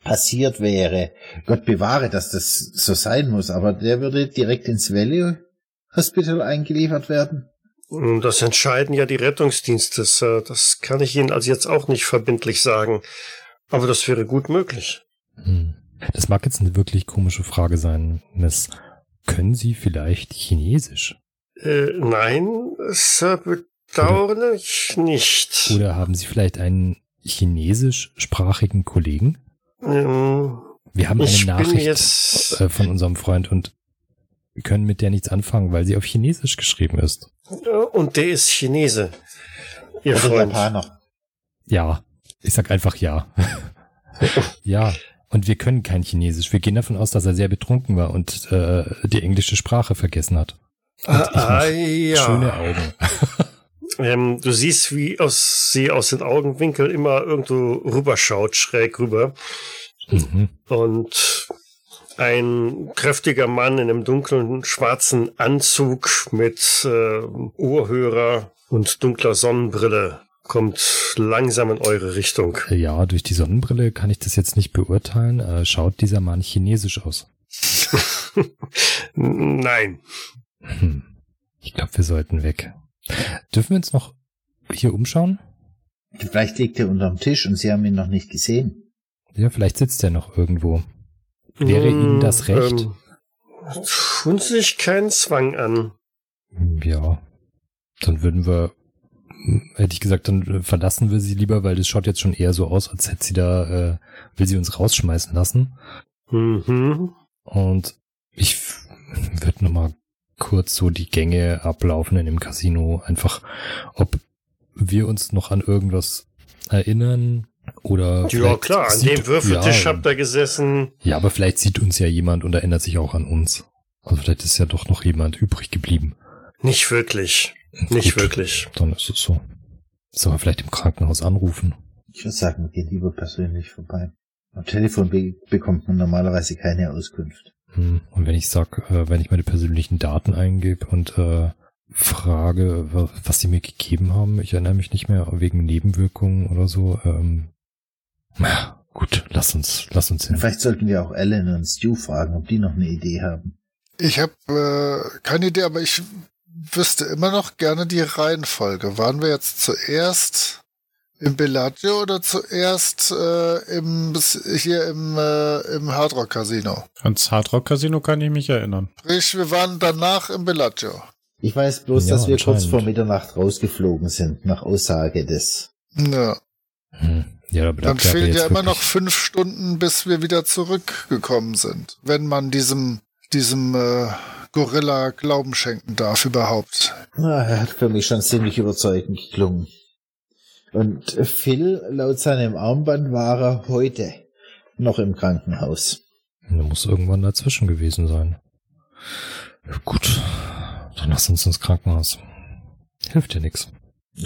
[SPEAKER 7] passiert wäre, Gott bewahre, dass das so sein muss, aber der würde direkt ins Value Hospital eingeliefert werden.
[SPEAKER 1] Hm, Das entscheiden ja die Rettungsdienste, Sir. Das kann ich Ihnen also jetzt auch nicht verbindlich sagen. Aber das wäre gut möglich.
[SPEAKER 4] Hm. Das mag jetzt eine wirklich komische Frage sein, Miss. Können Sie vielleicht Chinesisch?
[SPEAKER 1] Äh, nein, Sir, bedauere ich nicht.
[SPEAKER 4] Oder haben Sie vielleicht einen chinesischsprachigen Kollegen?
[SPEAKER 1] Ähm,
[SPEAKER 4] Wir haben
[SPEAKER 1] ich
[SPEAKER 4] eine
[SPEAKER 1] bin
[SPEAKER 4] Nachricht
[SPEAKER 1] jetzt.
[SPEAKER 4] äh, von unserem Freund und können mit der nichts anfangen, weil sie auf Chinesisch geschrieben ist.
[SPEAKER 1] äh, Und der ist Chinese. Ihr
[SPEAKER 7] Oder
[SPEAKER 1] Freund.
[SPEAKER 7] Japaner.
[SPEAKER 4] Ja. Ich sag einfach ja. ja. Und wir können kein Chinesisch. Wir gehen davon aus, dass er sehr betrunken war und äh, die englische Sprache vergessen hat.
[SPEAKER 1] Ah, ah, ja.
[SPEAKER 4] Schöne Augen.
[SPEAKER 1] Ähm, du siehst, wie aus, sie aus den Augenwinkeln immer irgendwo rüberschaut, schräg rüber.
[SPEAKER 4] Mhm.
[SPEAKER 1] Und ein kräftiger Mann in einem dunklen schwarzen Anzug mit äh, Ohrhörer und dunkler Sonnenbrille kommt langsam in eure Richtung.
[SPEAKER 4] Äh, Ja, durch die Sonnenbrille kann ich das jetzt nicht beurteilen. Äh, schaut dieser Mann chinesisch aus?
[SPEAKER 1] Nein.
[SPEAKER 4] Hm. Ich glaube, wir sollten weg. Dürfen wir uns noch hier umschauen?
[SPEAKER 7] Vielleicht liegt er unterm Tisch und sie haben ihn noch nicht gesehen.
[SPEAKER 4] Ja, vielleicht sitzt er noch irgendwo. Wäre Ihnen das recht?
[SPEAKER 1] Ähm, tun Sie sich keinen Zwang an.
[SPEAKER 4] Hm, Ja, dann würden wir, hm, hätte ich gesagt, dann äh, verlassen wir sie lieber, weil das schaut jetzt schon eher so aus, als hätte sie da, äh, will sie uns rausschmeißen lassen.
[SPEAKER 1] Mhm.
[SPEAKER 4] Und ich würde nochmal kurz so die Gänge ablaufen in dem Casino, einfach, ob wir uns noch an irgendwas erinnern oder.
[SPEAKER 1] Ja,
[SPEAKER 4] vielleicht
[SPEAKER 1] klar, an
[SPEAKER 4] sieht-
[SPEAKER 1] dem Würfeltisch
[SPEAKER 4] ja,
[SPEAKER 1] habt ihr gesessen.
[SPEAKER 4] Ja, aber vielleicht sieht uns ja jemand und erinnert sich auch an uns. Also vielleicht ist ja doch noch jemand übrig geblieben.
[SPEAKER 1] Nicht wirklich. Nicht
[SPEAKER 4] Gut.
[SPEAKER 1] wirklich.
[SPEAKER 4] Dann ist es so. Sollen wir vielleicht im Krankenhaus anrufen?
[SPEAKER 7] Ich würde sagen, wir gehen lieber persönlich vorbei. Am Telefon be bekommt man normalerweise keine Auskunft.
[SPEAKER 4] Hm, Und wenn ich sag, äh, wenn ich meine persönlichen Daten eingebe und äh, frage, wa- was sie mir gegeben haben, ich erinnere mich nicht mehr wegen Nebenwirkungen oder so. Ähm, na, gut, lass uns, lass uns hin.
[SPEAKER 7] Vielleicht sollten wir auch Ellen und Stu fragen, ob die noch eine Idee haben.
[SPEAKER 2] Ich habe äh, keine Idee, aber ich wüsste immer noch gerne die Reihenfolge. Waren wir jetzt zuerst im Bellagio oder zuerst äh, im, hier im, äh, im Hard Rock Casino?
[SPEAKER 3] Ans Hardrock Casino kann ich mich erinnern.
[SPEAKER 2] Sprich, wir waren danach im Bellagio.
[SPEAKER 7] Ich weiß bloß,
[SPEAKER 4] Ja,
[SPEAKER 7] dass wir kurz
[SPEAKER 4] anscheinend.
[SPEAKER 7] vor Mitternacht rausgeflogen sind, nach Aussage des.
[SPEAKER 2] Ja.
[SPEAKER 4] Hm, Ja, aber da
[SPEAKER 2] Dann
[SPEAKER 4] bleibt
[SPEAKER 2] fehlen
[SPEAKER 4] jetzt
[SPEAKER 2] ja immer noch
[SPEAKER 4] wirklich-
[SPEAKER 2] fünf Stunden, bis wir wieder zurückgekommen sind. Wenn man diesem, diesem äh, Gorilla Glauben schenken darf überhaupt.
[SPEAKER 7] Ah, Er hat für mich schon ziemlich überzeugend geklungen. Und Phil, laut seinem Armband, war er heute noch im Krankenhaus.
[SPEAKER 4] Da muss irgendwann dazwischen gewesen sein. Gut, dann lass uns ins Kkrankenhaus. Hilft ja nichts.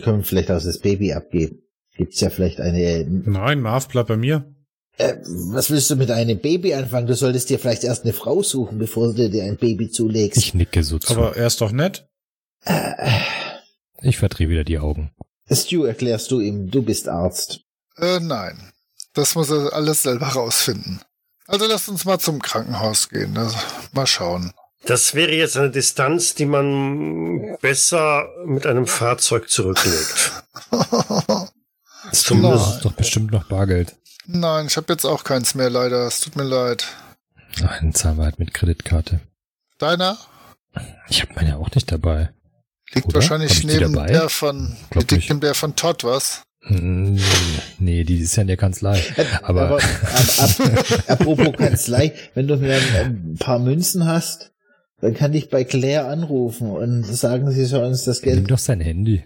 [SPEAKER 7] Können wir vielleicht auch das Baby abgeben? Gibt's ja vielleicht eine
[SPEAKER 3] Nein, Marv, bleib bei mir.
[SPEAKER 7] Äh, was willst du mit einem Baby anfangen? Du solltest dir vielleicht erst eine Frau suchen, bevor du dir ein Baby zulegst.
[SPEAKER 4] Ich nicke so zu.
[SPEAKER 3] Aber er ist doch nett.
[SPEAKER 4] ich verdrehe wieder die Augen.
[SPEAKER 7] Stu, erklärst du ihm, du bist Arzt.
[SPEAKER 2] Äh, nein. Das muss er alles selber rausfinden. Also lasst uns mal zum Krankenhaus gehen. Das, mal schauen.
[SPEAKER 1] Das wäre jetzt eine Distanz, die man besser mit einem Fahrzeug zurücklegt.
[SPEAKER 4] Das
[SPEAKER 1] Zumindest.
[SPEAKER 4] ist doch bestimmt noch Bargeld.
[SPEAKER 2] nein, ich habe jetzt auch keins mehr leider. Es tut mir leid.
[SPEAKER 4] Nein, zahlen wir halt mit Kreditkarte.
[SPEAKER 2] Deiner
[SPEAKER 4] Ich habe meine auch nicht dabei.
[SPEAKER 2] liegt
[SPEAKER 4] Oder? Hab
[SPEAKER 2] wahrscheinlich
[SPEAKER 4] ich die
[SPEAKER 2] neben
[SPEAKER 4] dabei?
[SPEAKER 2] der von
[SPEAKER 4] Glaub
[SPEAKER 2] liegt
[SPEAKER 4] nicht.
[SPEAKER 2] neben der von Todd, was?
[SPEAKER 4] Mm, Nee, die ist ja in der Kanzlei. Aber,
[SPEAKER 7] ab, ab, apropos Kanzlei, wenn du mir ein, ein paar Münzen hast, dann kann ich bei Claire anrufen und sagen, sie soll uns das
[SPEAKER 4] nimm
[SPEAKER 7] Geld.
[SPEAKER 4] doch sein Handy.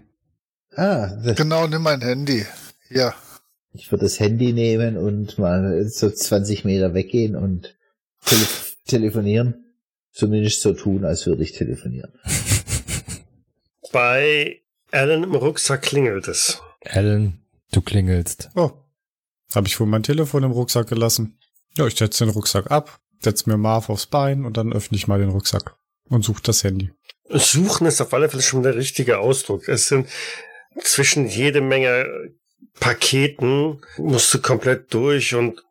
[SPEAKER 7] Ah, das,
[SPEAKER 2] Genau, nimm mein Handy. Ja.
[SPEAKER 7] ich würde das Handy nehmen und mal so 20 Meter weggehen und tele telefonieren. Zumindest so tun, als würde ich telefonieren.
[SPEAKER 1] Bei Alan im Rucksack klingelt es.
[SPEAKER 4] Alan, du klingelst.
[SPEAKER 3] Oh, habe ich wohl mein Telefon im Rucksack gelassen. Ja, ich setze den Rucksack ab, setz mir Marv aufs Bein und dann öffne ich mal den Rucksack und suche das Handy.
[SPEAKER 1] Suchen ist auf alle Fälle schon der richtige Ausdruck. Es sind zwischen jede Menge Paketen musst du komplett durch und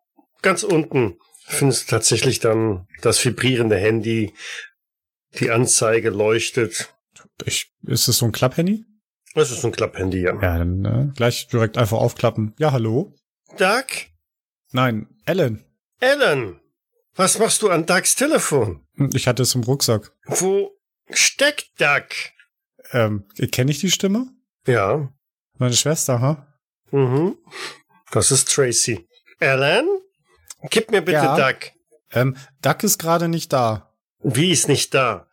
[SPEAKER 1] ganz unten findest du tatsächlich dann das vibrierende Handy, die Anzeige leuchtet.
[SPEAKER 3] Ich, ist es so ein Klapphandy?
[SPEAKER 1] Das ist ein Klapphandy, ja.
[SPEAKER 3] Ja, dann äh, gleich direkt einfach aufklappen. Ja, hallo?
[SPEAKER 1] Doug?
[SPEAKER 3] Nein, Ellen.
[SPEAKER 1] Alan? Was machst du an Dougs Telefon?
[SPEAKER 3] Hm, Ich hatte es im Rucksack.
[SPEAKER 1] Wo steckt Doug?
[SPEAKER 3] Ähm, kenne ich die Stimme?
[SPEAKER 1] Ja.
[SPEAKER 3] Meine Schwester, ha?
[SPEAKER 1] Mhm. Das ist Tracy. Alan? Gib mir bitte
[SPEAKER 3] Ja.
[SPEAKER 1] Doug.
[SPEAKER 3] Ähm, Duck ist gerade nicht da.
[SPEAKER 1] Wie ist nicht da?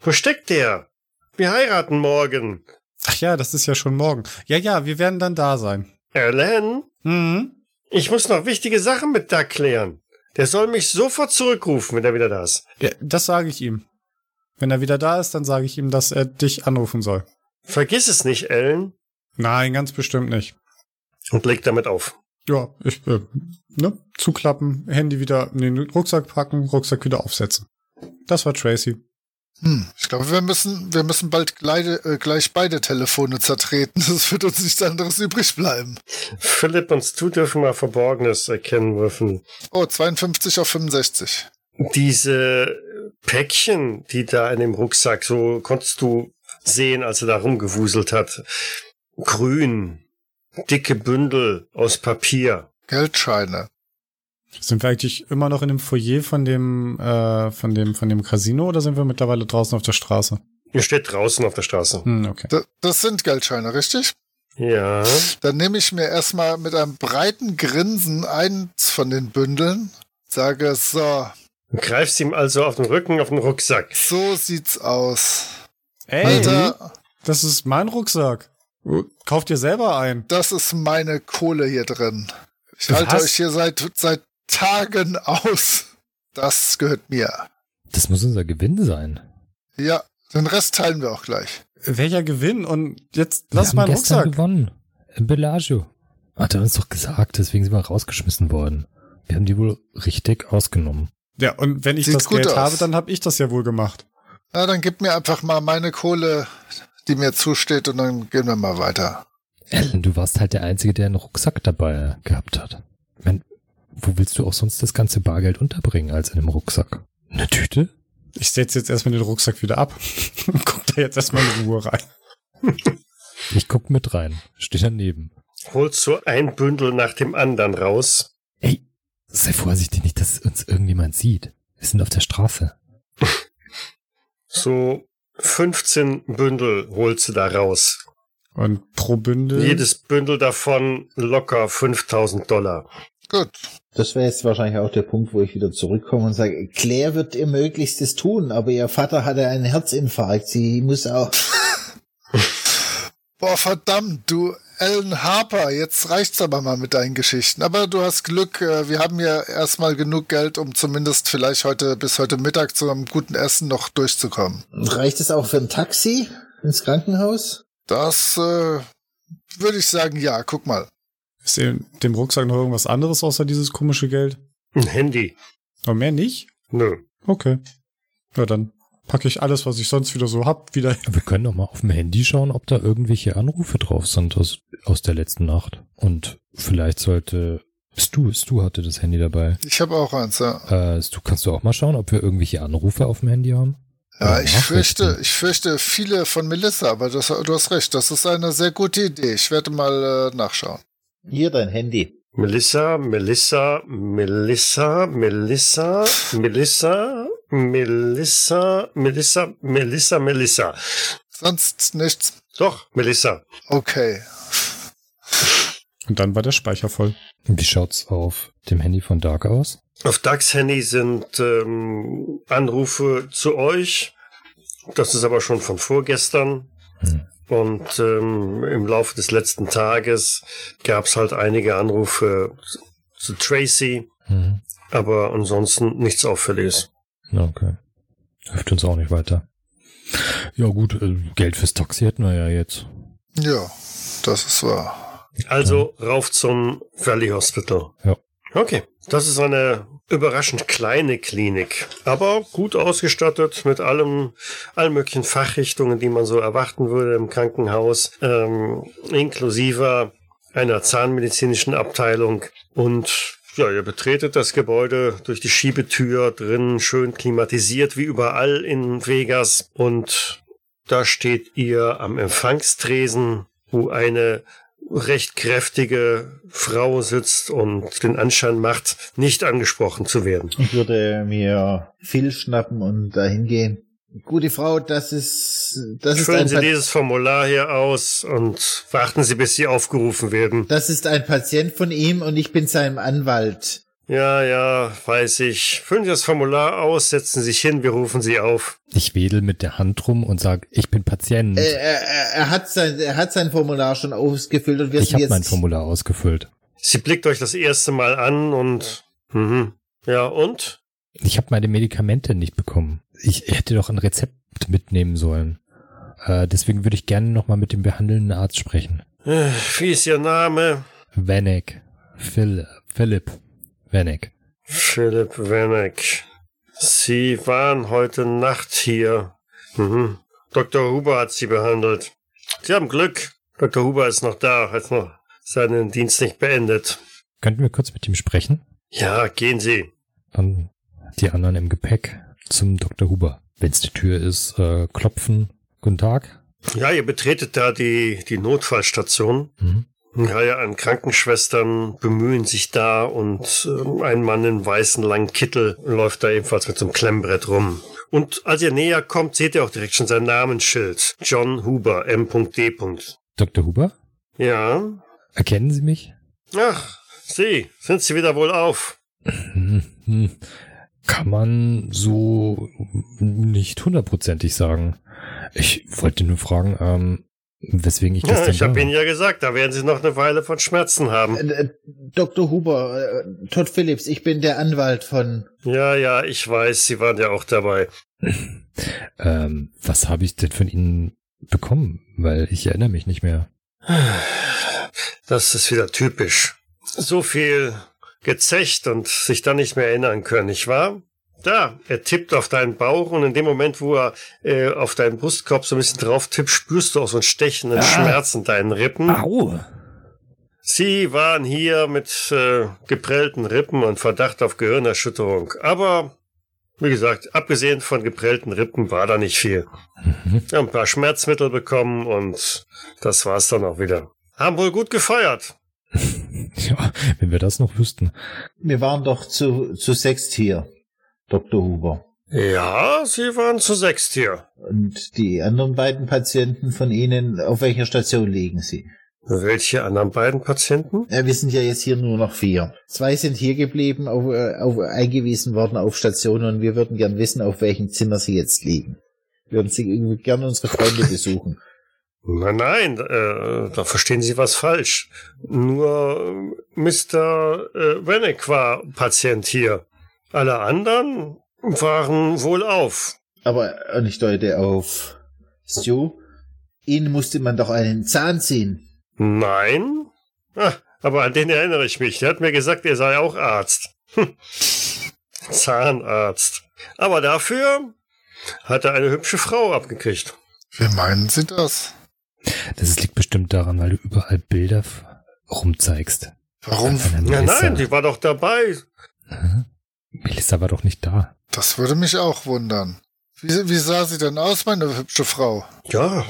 [SPEAKER 1] Wo steckt der? Wir heiraten morgen.
[SPEAKER 3] Ach ja, das ist ja schon morgen. Ja, ja, wir werden dann da sein.
[SPEAKER 1] Alan?
[SPEAKER 3] Mhm.
[SPEAKER 1] Ich muss noch wichtige Sachen mit Doug klären. Der soll mich sofort zurückrufen, wenn er wieder da ist.
[SPEAKER 3] Ja, das sage ich ihm. Wenn er wieder da ist, dann sage ich ihm, dass er dich anrufen soll.
[SPEAKER 1] Vergiss es nicht, Ellen.
[SPEAKER 3] Nein, ganz bestimmt nicht.
[SPEAKER 1] Und leg damit auf.
[SPEAKER 3] Ja, ich, äh, ne? Zuklappen, Handy wieder in den Rucksack packen, Rucksack wieder aufsetzen. Das war Tracy.
[SPEAKER 2] Hm, ich glaube, wir müssen, wir müssen bald gleich, äh, gleich beide Telefone zertreten. Es wird uns nichts anderes übrig bleiben.
[SPEAKER 1] Philipp und Stu dürfen mal Verborgenes erkennen dürfen.
[SPEAKER 2] Oh, 52 auf 65.
[SPEAKER 1] Diese Päckchen, die da in dem Rucksack, so konntest du sehen, als er da rumgewuselt hat. Grün. Dicke Bündel aus Papier.
[SPEAKER 2] Geldscheine.
[SPEAKER 3] Sind wir eigentlich immer noch in dem Foyer von dem, äh, von dem, von dem Casino oder sind wir mittlerweile draußen auf der Straße?
[SPEAKER 1] Hier steht draußen auf der Straße.
[SPEAKER 3] Hm, okay.
[SPEAKER 2] Da- das sind Geldscheine, richtig?
[SPEAKER 1] Ja.
[SPEAKER 2] Dann nehme ich mir erstmal mit einem breiten Grinsen eins von den Bündeln, sage, so,
[SPEAKER 1] Du greifst ihm also auf den Rücken, auf den Rucksack.
[SPEAKER 2] so sieht's aus.
[SPEAKER 3] Ey,
[SPEAKER 2] Alter,
[SPEAKER 3] das ist mein Rucksack. Kauft dir selber ein.
[SPEAKER 2] das ist meine Kohle hier drin. Ich
[SPEAKER 3] Was?
[SPEAKER 2] halte euch hier seit, seit Tagen aus. Das gehört mir.
[SPEAKER 4] Das muss unser Gewinn sein.
[SPEAKER 2] Ja, den Rest teilen wir auch gleich.
[SPEAKER 3] Welcher Gewinn? Und jetzt
[SPEAKER 4] Wir
[SPEAKER 3] lass
[SPEAKER 4] haben
[SPEAKER 3] meinen
[SPEAKER 4] gestern
[SPEAKER 3] Rucksack.
[SPEAKER 4] gewonnen. Im Bellagio. Hat er uns doch gesagt, deswegen sind wir rausgeschmissen worden. Wir haben die wohl richtig ausgenommen.
[SPEAKER 3] Ja, und wenn ich
[SPEAKER 2] Sieht
[SPEAKER 3] das
[SPEAKER 2] gut
[SPEAKER 3] Geld
[SPEAKER 2] aus.
[SPEAKER 3] habe, dann habe ich das ja wohl gemacht.
[SPEAKER 2] Na, dann gib mir einfach mal meine Kohle, die mir zusteht, und dann gehen wir mal weiter.
[SPEAKER 4] Ellen, du warst halt der Einzige, der einen Rucksack dabei gehabt hat. Ich Mein, wo willst du auch sonst das ganze Bargeld unterbringen als in einem Rucksack? Eine Tüte?
[SPEAKER 3] Ich setze jetzt erstmal den Rucksack wieder ab und guck da jetzt erstmal in Ruhe rein.
[SPEAKER 4] Ich guck mit rein. Steh daneben.
[SPEAKER 1] Holst so ein Bündel nach dem anderen raus.
[SPEAKER 4] Ey, sei vorsichtig nicht, dass uns irgendjemand sieht. Wir sind auf der Straße.
[SPEAKER 1] So 15 Bündel holst du da raus.
[SPEAKER 3] Und pro Bündel.
[SPEAKER 1] Jedes Bündel davon locker 5000 Dollar.
[SPEAKER 2] Gut.
[SPEAKER 7] Das wäre jetzt wahrscheinlich auch der Punkt, wo ich wieder zurückkomme und sage, Claire wird ihr Möglichstes tun, aber ihr Vater hatte einen Herzinfarkt. Sie muss auch.
[SPEAKER 2] Boah, verdammt, du Ellen Harper, jetzt reicht's aber mal mit deinen Geschichten. Aber du hast Glück, äh, wir haben ja erstmal genug Geld, um zumindest vielleicht heute bis heute Mittag zu einem guten Essen noch durchzukommen.
[SPEAKER 7] Reicht es auch für ein Taxi ins Krankenhaus?
[SPEAKER 2] Das äh, würde ich sagen, ja, guck mal.
[SPEAKER 3] Ist in dem Rucksack noch irgendwas anderes außer dieses komische Geld?
[SPEAKER 1] Ein Handy.
[SPEAKER 3] Und mehr nicht?
[SPEAKER 1] Nö.
[SPEAKER 3] Okay. Ja, dann packe ich alles, was ich sonst wieder so hab, wieder.
[SPEAKER 4] Wir können doch mal auf dem Handy schauen, ob da irgendwelche Anrufe drauf sind aus, aus der letzten Nacht. Und vielleicht sollte Stu, Stu hatte das Handy dabei.
[SPEAKER 2] Ich habe auch eins, ja.
[SPEAKER 4] Äh, Stu, kannst du auch mal schauen, ob wir irgendwelche Anrufe auf dem Handy haben?
[SPEAKER 2] Ja,
[SPEAKER 4] Oder
[SPEAKER 2] ich
[SPEAKER 4] Nachrichten?
[SPEAKER 2] fürchte, ich fürchte viele von Melissa, aber das, du hast recht, das ist eine sehr gute Idee. Ich werde mal äh, nachschauen.
[SPEAKER 7] Hier dein Handy.
[SPEAKER 1] Melissa, Melissa, Melissa, Melissa, Melissa, Melissa, Melissa, Melissa, Melissa.
[SPEAKER 2] Sonst nichts.
[SPEAKER 1] Doch, Melissa.
[SPEAKER 2] Okay.
[SPEAKER 3] Und dann war der Speicher voll.
[SPEAKER 4] Wie schaut's auf dem Handy von Dark aus?
[SPEAKER 1] Auf Dax Handy sind ähm, Anrufe zu euch. Das ist aber schon von vorgestern.
[SPEAKER 4] Hm.
[SPEAKER 1] Und ähm, im Laufe des letzten Tages gab es halt einige Anrufe zu- zu Tracy,
[SPEAKER 4] Mhm.
[SPEAKER 1] aber ansonsten nichts Auffälliges.
[SPEAKER 4] Na, Okay. Hilft uns auch nicht weiter. Ja gut, äh, Geld fürs Taxi hätten wir ja jetzt.
[SPEAKER 2] Ja, das ist wahr.
[SPEAKER 1] Also rauf zum Valley Hospital.
[SPEAKER 4] Ja.
[SPEAKER 1] Okay. Das ist eine überraschend kleine Klinik, aber gut ausgestattet mit allem, allen möglichen Fachrichtungen, die man so erwarten würde im Krankenhaus, ähm, inklusive einer zahnmedizinischen Abteilung. Und ja, ihr betretet das Gebäude durch die Schiebetür drin, schön klimatisiert wie überall in Vegas. Und da steht ihr am Empfangstresen, wo eine recht kräftige Frau sitzt und den Anschein macht, nicht angesprochen zu werden.
[SPEAKER 7] Ich würde mir Phil schnappen und dahin gehen. Gute Frau, das ist, das ist
[SPEAKER 1] Füllen
[SPEAKER 7] ein
[SPEAKER 1] Sie
[SPEAKER 7] Pat-
[SPEAKER 1] dieses Formular hier aus und warten Sie, bis Sie aufgerufen werden.
[SPEAKER 7] Das ist ein Patient von ihm und ich bin seinem Anwalt.
[SPEAKER 1] Ja, ja, weiß ich. Füllen Sie das Formular aus, setzen Sie sich hin, wir rufen Sie auf.
[SPEAKER 4] Ich wedel mit der Hand rum und sag, ich bin Patient.
[SPEAKER 7] Äh, er, er, er hat sein, er hat sein Formular schon ausgefüllt und wir
[SPEAKER 4] ich
[SPEAKER 7] sind
[SPEAKER 4] habe
[SPEAKER 7] jetzt.
[SPEAKER 4] mein Formular ausgefüllt.
[SPEAKER 1] Sie blickt euch das erste Mal an und... Mhm. Ja, und?
[SPEAKER 4] Ich habe meine Medikamente nicht bekommen. Ich hätte doch ein Rezept mitnehmen sollen. Äh, deswegen würde ich gerne nochmal mit dem behandelnden Arzt sprechen.
[SPEAKER 1] Äh, Wie ist Ihr Name?
[SPEAKER 4] Vanek. Phil, Philipp. Vanek.
[SPEAKER 1] Philipp Werneck. Sie waren heute Nacht hier. Mhm. Dr. Huber hat Sie behandelt. Sie haben Glück. Dr. Huber ist noch da, hat noch seinen Dienst nicht beendet.
[SPEAKER 4] Könnten wir kurz mit ihm sprechen?
[SPEAKER 1] Ja, gehen Sie.
[SPEAKER 4] Dann die anderen im Gepäck zum Dr. Huber. Wenn's die Tür ist, äh, klopfen. Guten Tag.
[SPEAKER 1] Ja, ihr betretet da die, die Notfallstation.
[SPEAKER 4] Mhm.
[SPEAKER 1] Ja, ja, an Krankenschwestern bemühen sich da und ähm, ein Mann in weißen langen Kittel läuft da ebenfalls mit so einem Klemmbrett rum. Und als ihr näher kommt, seht ihr auch direkt schon sein Namensschild. John Huber, M.D.
[SPEAKER 4] Dr. Huber?
[SPEAKER 1] Ja,
[SPEAKER 4] Erkennen Sie mich?
[SPEAKER 1] Ach, Sie, sind Sie wieder wohl auf?
[SPEAKER 4] Hm, Kann man so nicht hundertprozentig sagen. Ich wollte nur fragen, ähm, weswegen ich das
[SPEAKER 1] Ja,
[SPEAKER 4] denn
[SPEAKER 1] ich habe
[SPEAKER 4] war.
[SPEAKER 1] Ihnen ja gesagt, da werden Sie noch eine Weile von Schmerzen haben.
[SPEAKER 7] Äh, äh, Dr. Huber, äh, Todd Phillips, ich bin der Anwalt von.
[SPEAKER 1] Ja, ja, ich weiß, Sie waren ja auch dabei.
[SPEAKER 4] ähm, was habe ich denn von Ihnen bekommen? Weil ich erinnere mich nicht mehr.
[SPEAKER 1] Das ist wieder typisch. So viel gezecht und sich dann nicht mehr erinnern können, nicht wahr? Da, er tippt auf deinen Bauch und in dem Moment, wo er äh, auf deinen Brustkorb so ein bisschen drauf tippt, spürst du auch so einen stechenden Schmerz in deinen Rippen.
[SPEAKER 4] Au!
[SPEAKER 1] Sie waren hier mit äh, geprellten Rippen und Verdacht auf Gehirnerschütterung. Aber, wie gesagt, abgesehen von geprellten Rippen war da nicht viel.
[SPEAKER 4] Mhm.
[SPEAKER 1] Ja, ein paar Schmerzmittel bekommen und das war's dann auch wieder. Haben wohl gut gefeiert.
[SPEAKER 4] Ja, wenn wir das noch wüssten.
[SPEAKER 7] Wir waren doch zu, zu sechst hier, Dr. Huber.
[SPEAKER 1] Ja, sie waren zu sechst hier.
[SPEAKER 7] Und die anderen beiden Patienten von Ihnen, auf welcher Station liegen Sie?
[SPEAKER 1] Welche anderen beiden Patienten?
[SPEAKER 7] Ja, wir sind ja jetzt hier nur noch vier. Zwei sind hier geblieben, auf, äh, auf, eingewiesen worden auf Stationen und wir würden gern wissen, auf welchem Zimmer sie jetzt liegen. Wir würden sie irgendwie gern unsere Freunde besuchen.
[SPEAKER 1] Nein, nein, äh, da verstehen Sie was falsch. Nur äh, Mr. Äh, Wenneck war Patient hier. Alle anderen waren wohlauf.
[SPEAKER 7] Aber, und ich deute auf Stu, ihnen musste man doch einen Zahn ziehen.
[SPEAKER 1] Nein? Ah, aber an den erinnere ich mich. Der hat mir gesagt, er sei auch Arzt. Hm. Zahnarzt. Aber dafür hat er eine hübsche Frau abgekriegt.
[SPEAKER 2] Wie meinen Sie das?
[SPEAKER 4] Das liegt bestimmt daran, weil du überall Bilder f- rumzeigst.
[SPEAKER 2] Warum?
[SPEAKER 4] Von einer
[SPEAKER 1] Ja,
[SPEAKER 4] Melissa.
[SPEAKER 1] nein, die war doch dabei.
[SPEAKER 4] Melissa war doch nicht da.
[SPEAKER 2] Das würde mich auch wundern. Wie, wie sah sie denn aus, meine hübsche Frau?
[SPEAKER 1] Ja,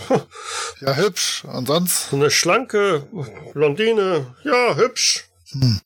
[SPEAKER 2] Ja, hübsch. Und sonst?
[SPEAKER 1] so eine schlanke Blondine. Ja, hübsch.
[SPEAKER 2] Hm.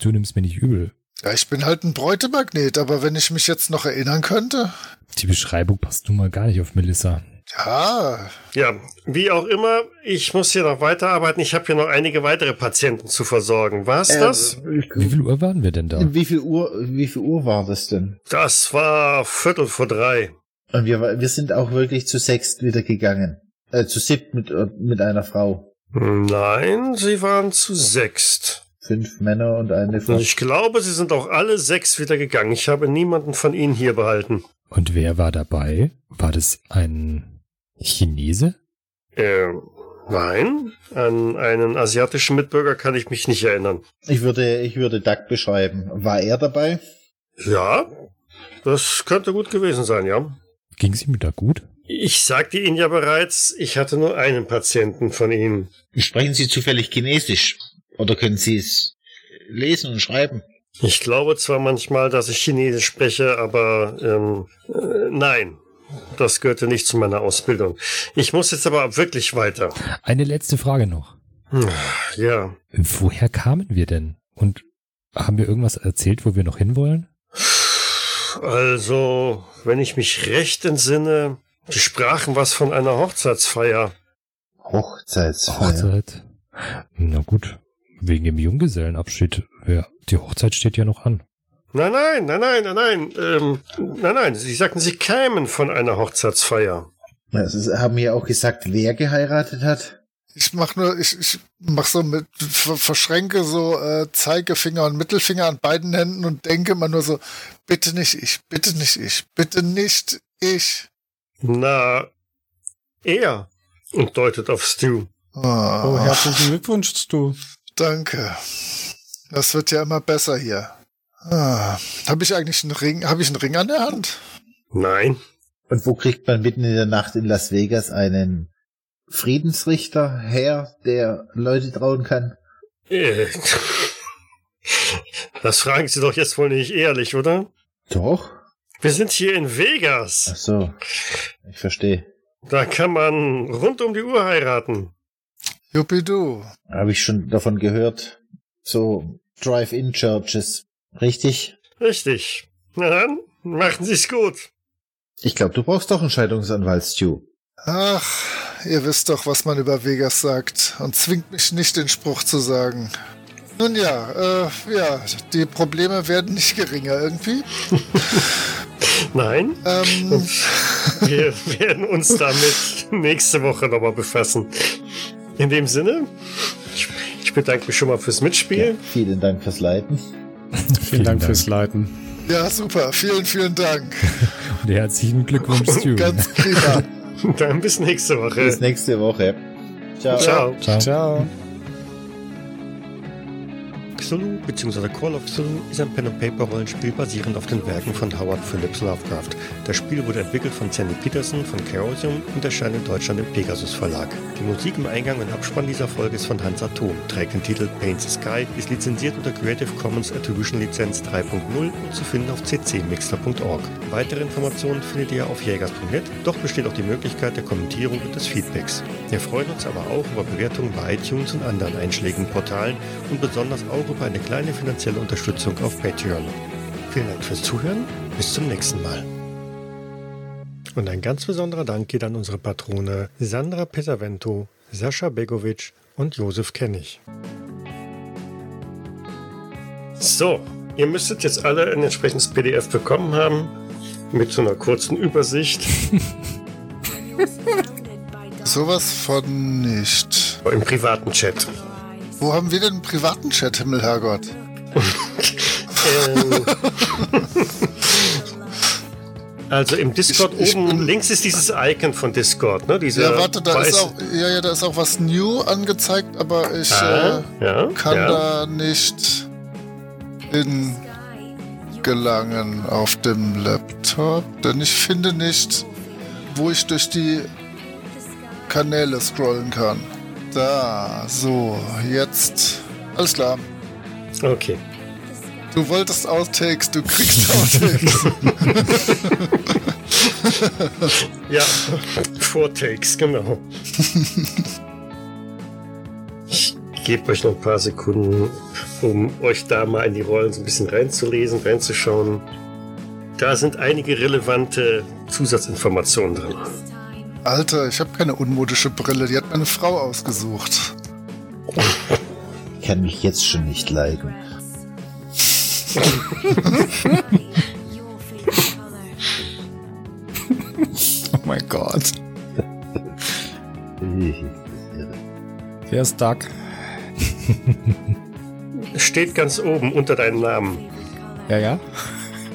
[SPEAKER 4] Du nimmst mir nicht übel.
[SPEAKER 2] Ja, ich bin halt ein Bräutemagnet, aber wenn ich mich jetzt noch erinnern könnte.
[SPEAKER 4] Die Beschreibung passt nun mal gar nicht auf Melissa.
[SPEAKER 2] Ja,
[SPEAKER 1] Ja, wie auch immer, ich muss hier noch weiterarbeiten. Ich habe hier noch einige weitere Patienten zu versorgen. War's
[SPEAKER 7] Äh,
[SPEAKER 1] das?
[SPEAKER 4] Wie viel Uhr waren wir denn da?
[SPEAKER 7] Ähm, Wie viel Uhr, wie viel Uhr war das denn?
[SPEAKER 1] Das war Viertel vor drei.
[SPEAKER 7] Und wir, wir sind auch wirklich zu sechst wieder gegangen. Äh, zu siebt mit, mit einer Frau.
[SPEAKER 1] Nein, sie waren zu sechst.
[SPEAKER 7] Fünf Männer und eine Frau.
[SPEAKER 1] Und ich glaube, sie sind auch alle sechs wieder gegangen. Ich habe niemanden von ihnen hier behalten.
[SPEAKER 4] Und wer war dabei? War das ein Chinese?
[SPEAKER 1] Ähm, nein, an einen asiatischen Mitbürger kann ich mich nicht erinnern.
[SPEAKER 7] Ich würde, ich würde Duck beschreiben. War er dabei?
[SPEAKER 1] Ja, das könnte gut gewesen sein, ja.
[SPEAKER 4] Ging es ihm da gut?
[SPEAKER 1] Ich sagte Ihnen ja bereits, ich hatte nur einen Patienten von Ihnen.
[SPEAKER 7] Sprechen Sie zufällig Chinesisch? Oder können Sie es lesen und schreiben?
[SPEAKER 1] Ich glaube zwar manchmal, dass ich Chinesisch spreche, aber ähm, äh, nein, das gehörte nicht zu meiner Ausbildung. Ich muss jetzt aber wirklich weiter.
[SPEAKER 4] Eine letzte Frage noch.
[SPEAKER 1] Ja,
[SPEAKER 4] Woher kamen wir denn? Und haben wir irgendwas erzählt, wo wir noch hinwollen?
[SPEAKER 1] also, wenn ich mich recht entsinne, die sprachen was von einer Hochzeitsfeier.
[SPEAKER 7] Hochzeitsfeier.
[SPEAKER 4] Hochzeit. Na gut, wegen dem Junggesellenabschied. Ja, die Hochzeit steht ja noch an.
[SPEAKER 1] Nein, nein, nein, nein, nein, nein, ähm, nein, nein, Sie sagten, Sie kämen von einer Hochzeitsfeier.
[SPEAKER 7] Also, haben wir auch gesagt, wer geheiratet hat?
[SPEAKER 2] Ich mach nur, ich, ich mach so mit, ver- verschränke so äh, Zeigefinger und Mittelfinger an beiden Händen und denke immer nur so, bitte nicht ich, bitte nicht ich, bitte nicht ich.
[SPEAKER 1] Na, er. Und deutet auf Stu.
[SPEAKER 3] Oh,
[SPEAKER 2] Ah,
[SPEAKER 3] herzlichen Glückwunsch, Stu.
[SPEAKER 2] danke. Das wird ja immer besser hier. Ah, habe ich eigentlich einen Ring, habe ich einen Ring an der Hand?
[SPEAKER 1] Nein.
[SPEAKER 7] Und wo kriegt man mitten in der Nacht in Las Vegas einen Friedensrichter her, der Leute trauen kann?
[SPEAKER 1] Äh, Das fragen Sie doch jetzt wohl nicht ehrlich, oder?
[SPEAKER 7] Doch.
[SPEAKER 1] Wir sind hier in Vegas.
[SPEAKER 7] Ach so. Ich verstehe.
[SPEAKER 1] Da kann man rund um die Uhr heiraten.
[SPEAKER 2] Juppidu.
[SPEAKER 7] Habe ich schon davon gehört. So Drive-In-Churches. Richtig?
[SPEAKER 1] Richtig. Na dann, machen Sie's gut.
[SPEAKER 7] Ich glaube, du brauchst doch einen Scheidungsanwalt, Stu.
[SPEAKER 2] Ach, ihr wisst doch, was man über Vegas sagt und zwingt mich nicht, den Spruch zu sagen. Nun ja, äh, ja, die Probleme werden nicht geringer irgendwie.
[SPEAKER 1] Nein,
[SPEAKER 2] Ähm,
[SPEAKER 1] wir werden uns damit nächste Woche nochmal befassen. In dem Sinne, ich, ich bedanke mich schon mal fürs Mitspielen.
[SPEAKER 7] Vielen Dank fürs Leiten.
[SPEAKER 3] Vielen Dank fürs Leiten.
[SPEAKER 2] ja, super. Vielen, vielen Dank.
[SPEAKER 4] Und herzlichen Glückwunsch, Stu.
[SPEAKER 2] Ganz prima.
[SPEAKER 1] Dann bis nächste Woche.
[SPEAKER 7] Bis nächste Woche. Ciao.
[SPEAKER 1] Äh. Ciao.
[SPEAKER 4] Ciao.
[SPEAKER 3] Ciao.
[SPEAKER 8] Cthulhu bzw. Call of Cthulhu ist ein Pen-and-Paper-Rollenspiel basierend auf den Werken von Howard Phillips Lovecraft. Das Spiel wurde entwickelt von Sandy Peterson von Chaosium und erscheint in Deutschland im Pegasus Verlag. Die Musik im Eingang und Abspann dieser Folge ist von Hans Atom, trägt den Titel Paint the Sky, ist lizenziert unter Creative Commons Attribution Lizenz 3.0 und zu finden auf ccmixter.org. Weitere Informationen findet ihr auf jägers.net, doch besteht auch die Möglichkeit der Kommentierung und des Feedbacks. Wir freuen uns aber auch über Bewertungen bei iTunes und anderen einschlägigen Portalen und besonders auch über eine kleine finanzielle Unterstützung auf Patreon. Vielen Dank fürs Zuhören, bis zum nächsten Mal. Und ein ganz besonderer Dank geht an unsere Patrone Sandra Pesavento, Sascha Begovic und Josef Kennig.
[SPEAKER 1] So, ihr müsstet jetzt alle ein entsprechendes PDF bekommen haben mit so einer kurzen Übersicht.
[SPEAKER 2] Sowas von nicht.
[SPEAKER 1] Im privaten Chat.
[SPEAKER 2] Wo haben wir denn einen privaten Chat, Himmel, Herrgott?
[SPEAKER 1] Ähm, also im Discord
[SPEAKER 2] Ich- ich
[SPEAKER 1] oben
[SPEAKER 2] bin-
[SPEAKER 1] links ist dieses Icon von Discord, ne? Dieser
[SPEAKER 2] Ja, warte, da ist
[SPEAKER 1] weiße-
[SPEAKER 2] auch, ja, ja, da ist auch was New angezeigt, aber ich
[SPEAKER 1] Ah, ja,
[SPEAKER 2] äh, kann
[SPEAKER 1] ja.
[SPEAKER 2] da nicht in gelangen auf dem Laptop, denn ich finde nicht, wo ich durch die Kanäle scrollen kann. Da, so, jetzt. Alles klar.
[SPEAKER 1] Okay.
[SPEAKER 2] Du wolltest Outtakes, du kriegst Outtakes.
[SPEAKER 1] Ja, Vortakes, genau. ich gebe euch noch ein paar Sekunden, um euch da mal in die Rollen so ein bisschen reinzulesen, reinzuschauen. Da sind einige relevante Zusatzinformationen drin.
[SPEAKER 2] Alter, ich habe keine unmodische Brille, die hat meine Frau ausgesucht.
[SPEAKER 7] Ich kann mich jetzt schon nicht leiden.
[SPEAKER 3] Oh mein Gott. Wer ist Doug?
[SPEAKER 1] Steht ganz oben unter deinem Namen.
[SPEAKER 3] Ja, ja.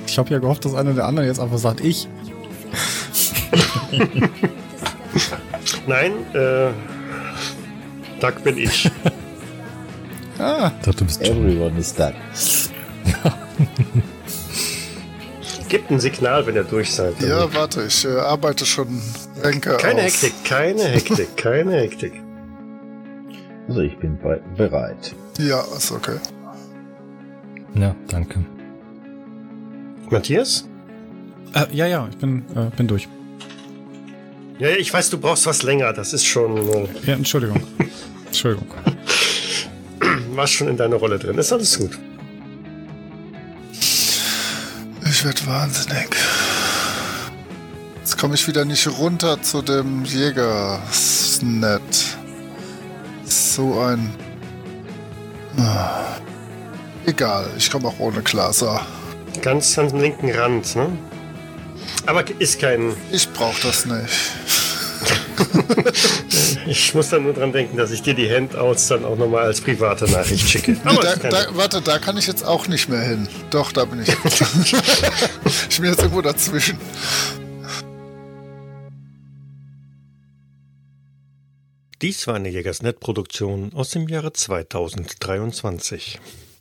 [SPEAKER 3] Ich habe ja gehofft, dass einer der anderen jetzt einfach sagt, ich.
[SPEAKER 1] Nein, äh, Duck bin ich.
[SPEAKER 4] Ich dachte, du bist
[SPEAKER 7] Everyone is done.
[SPEAKER 1] Gebt ein Signal, wenn ihr durch seid. Dann-
[SPEAKER 2] Ja, warte, ich äh, arbeite schon Ränke
[SPEAKER 1] keine
[SPEAKER 2] auf.
[SPEAKER 1] Hektik, keine Hektik, keine Hektik.
[SPEAKER 7] Also ich bin be bereit.
[SPEAKER 2] Ja, ist okay.
[SPEAKER 4] Ja, danke.
[SPEAKER 1] Matthias?
[SPEAKER 3] Äh, ja, ja, ich bin, äh, bin durch.
[SPEAKER 1] Ja, ja, ich weiß, du brauchst was länger. Das ist schon, äh,
[SPEAKER 3] Ja, Entschuldigung. Entschuldigung.
[SPEAKER 1] warst schon in deiner Rolle drin. Ist alles gut.
[SPEAKER 2] Ich werd wahnsinnig. Jetzt komme ich wieder nicht runter zu dem Jäger. Ist nett. Ist So ein. Ah. Egal, ich komme auch ohne Glaser.
[SPEAKER 1] Ganz an den linken Rand, ne? Aber ist kein.
[SPEAKER 2] Ich brauche das nicht.
[SPEAKER 1] Ich muss dann nur dran denken, dass ich dir die Handouts dann auch nochmal als private Nachricht schicke.
[SPEAKER 2] Nee,
[SPEAKER 1] Aber
[SPEAKER 2] da,
[SPEAKER 1] ist kein-
[SPEAKER 2] da, warte, da kann ich jetzt auch nicht mehr hin. Doch, da bin ich. ich bin jetzt irgendwo dazwischen.
[SPEAKER 8] Dies war eine Jägersnet-Produktion aus dem Jahre 2023.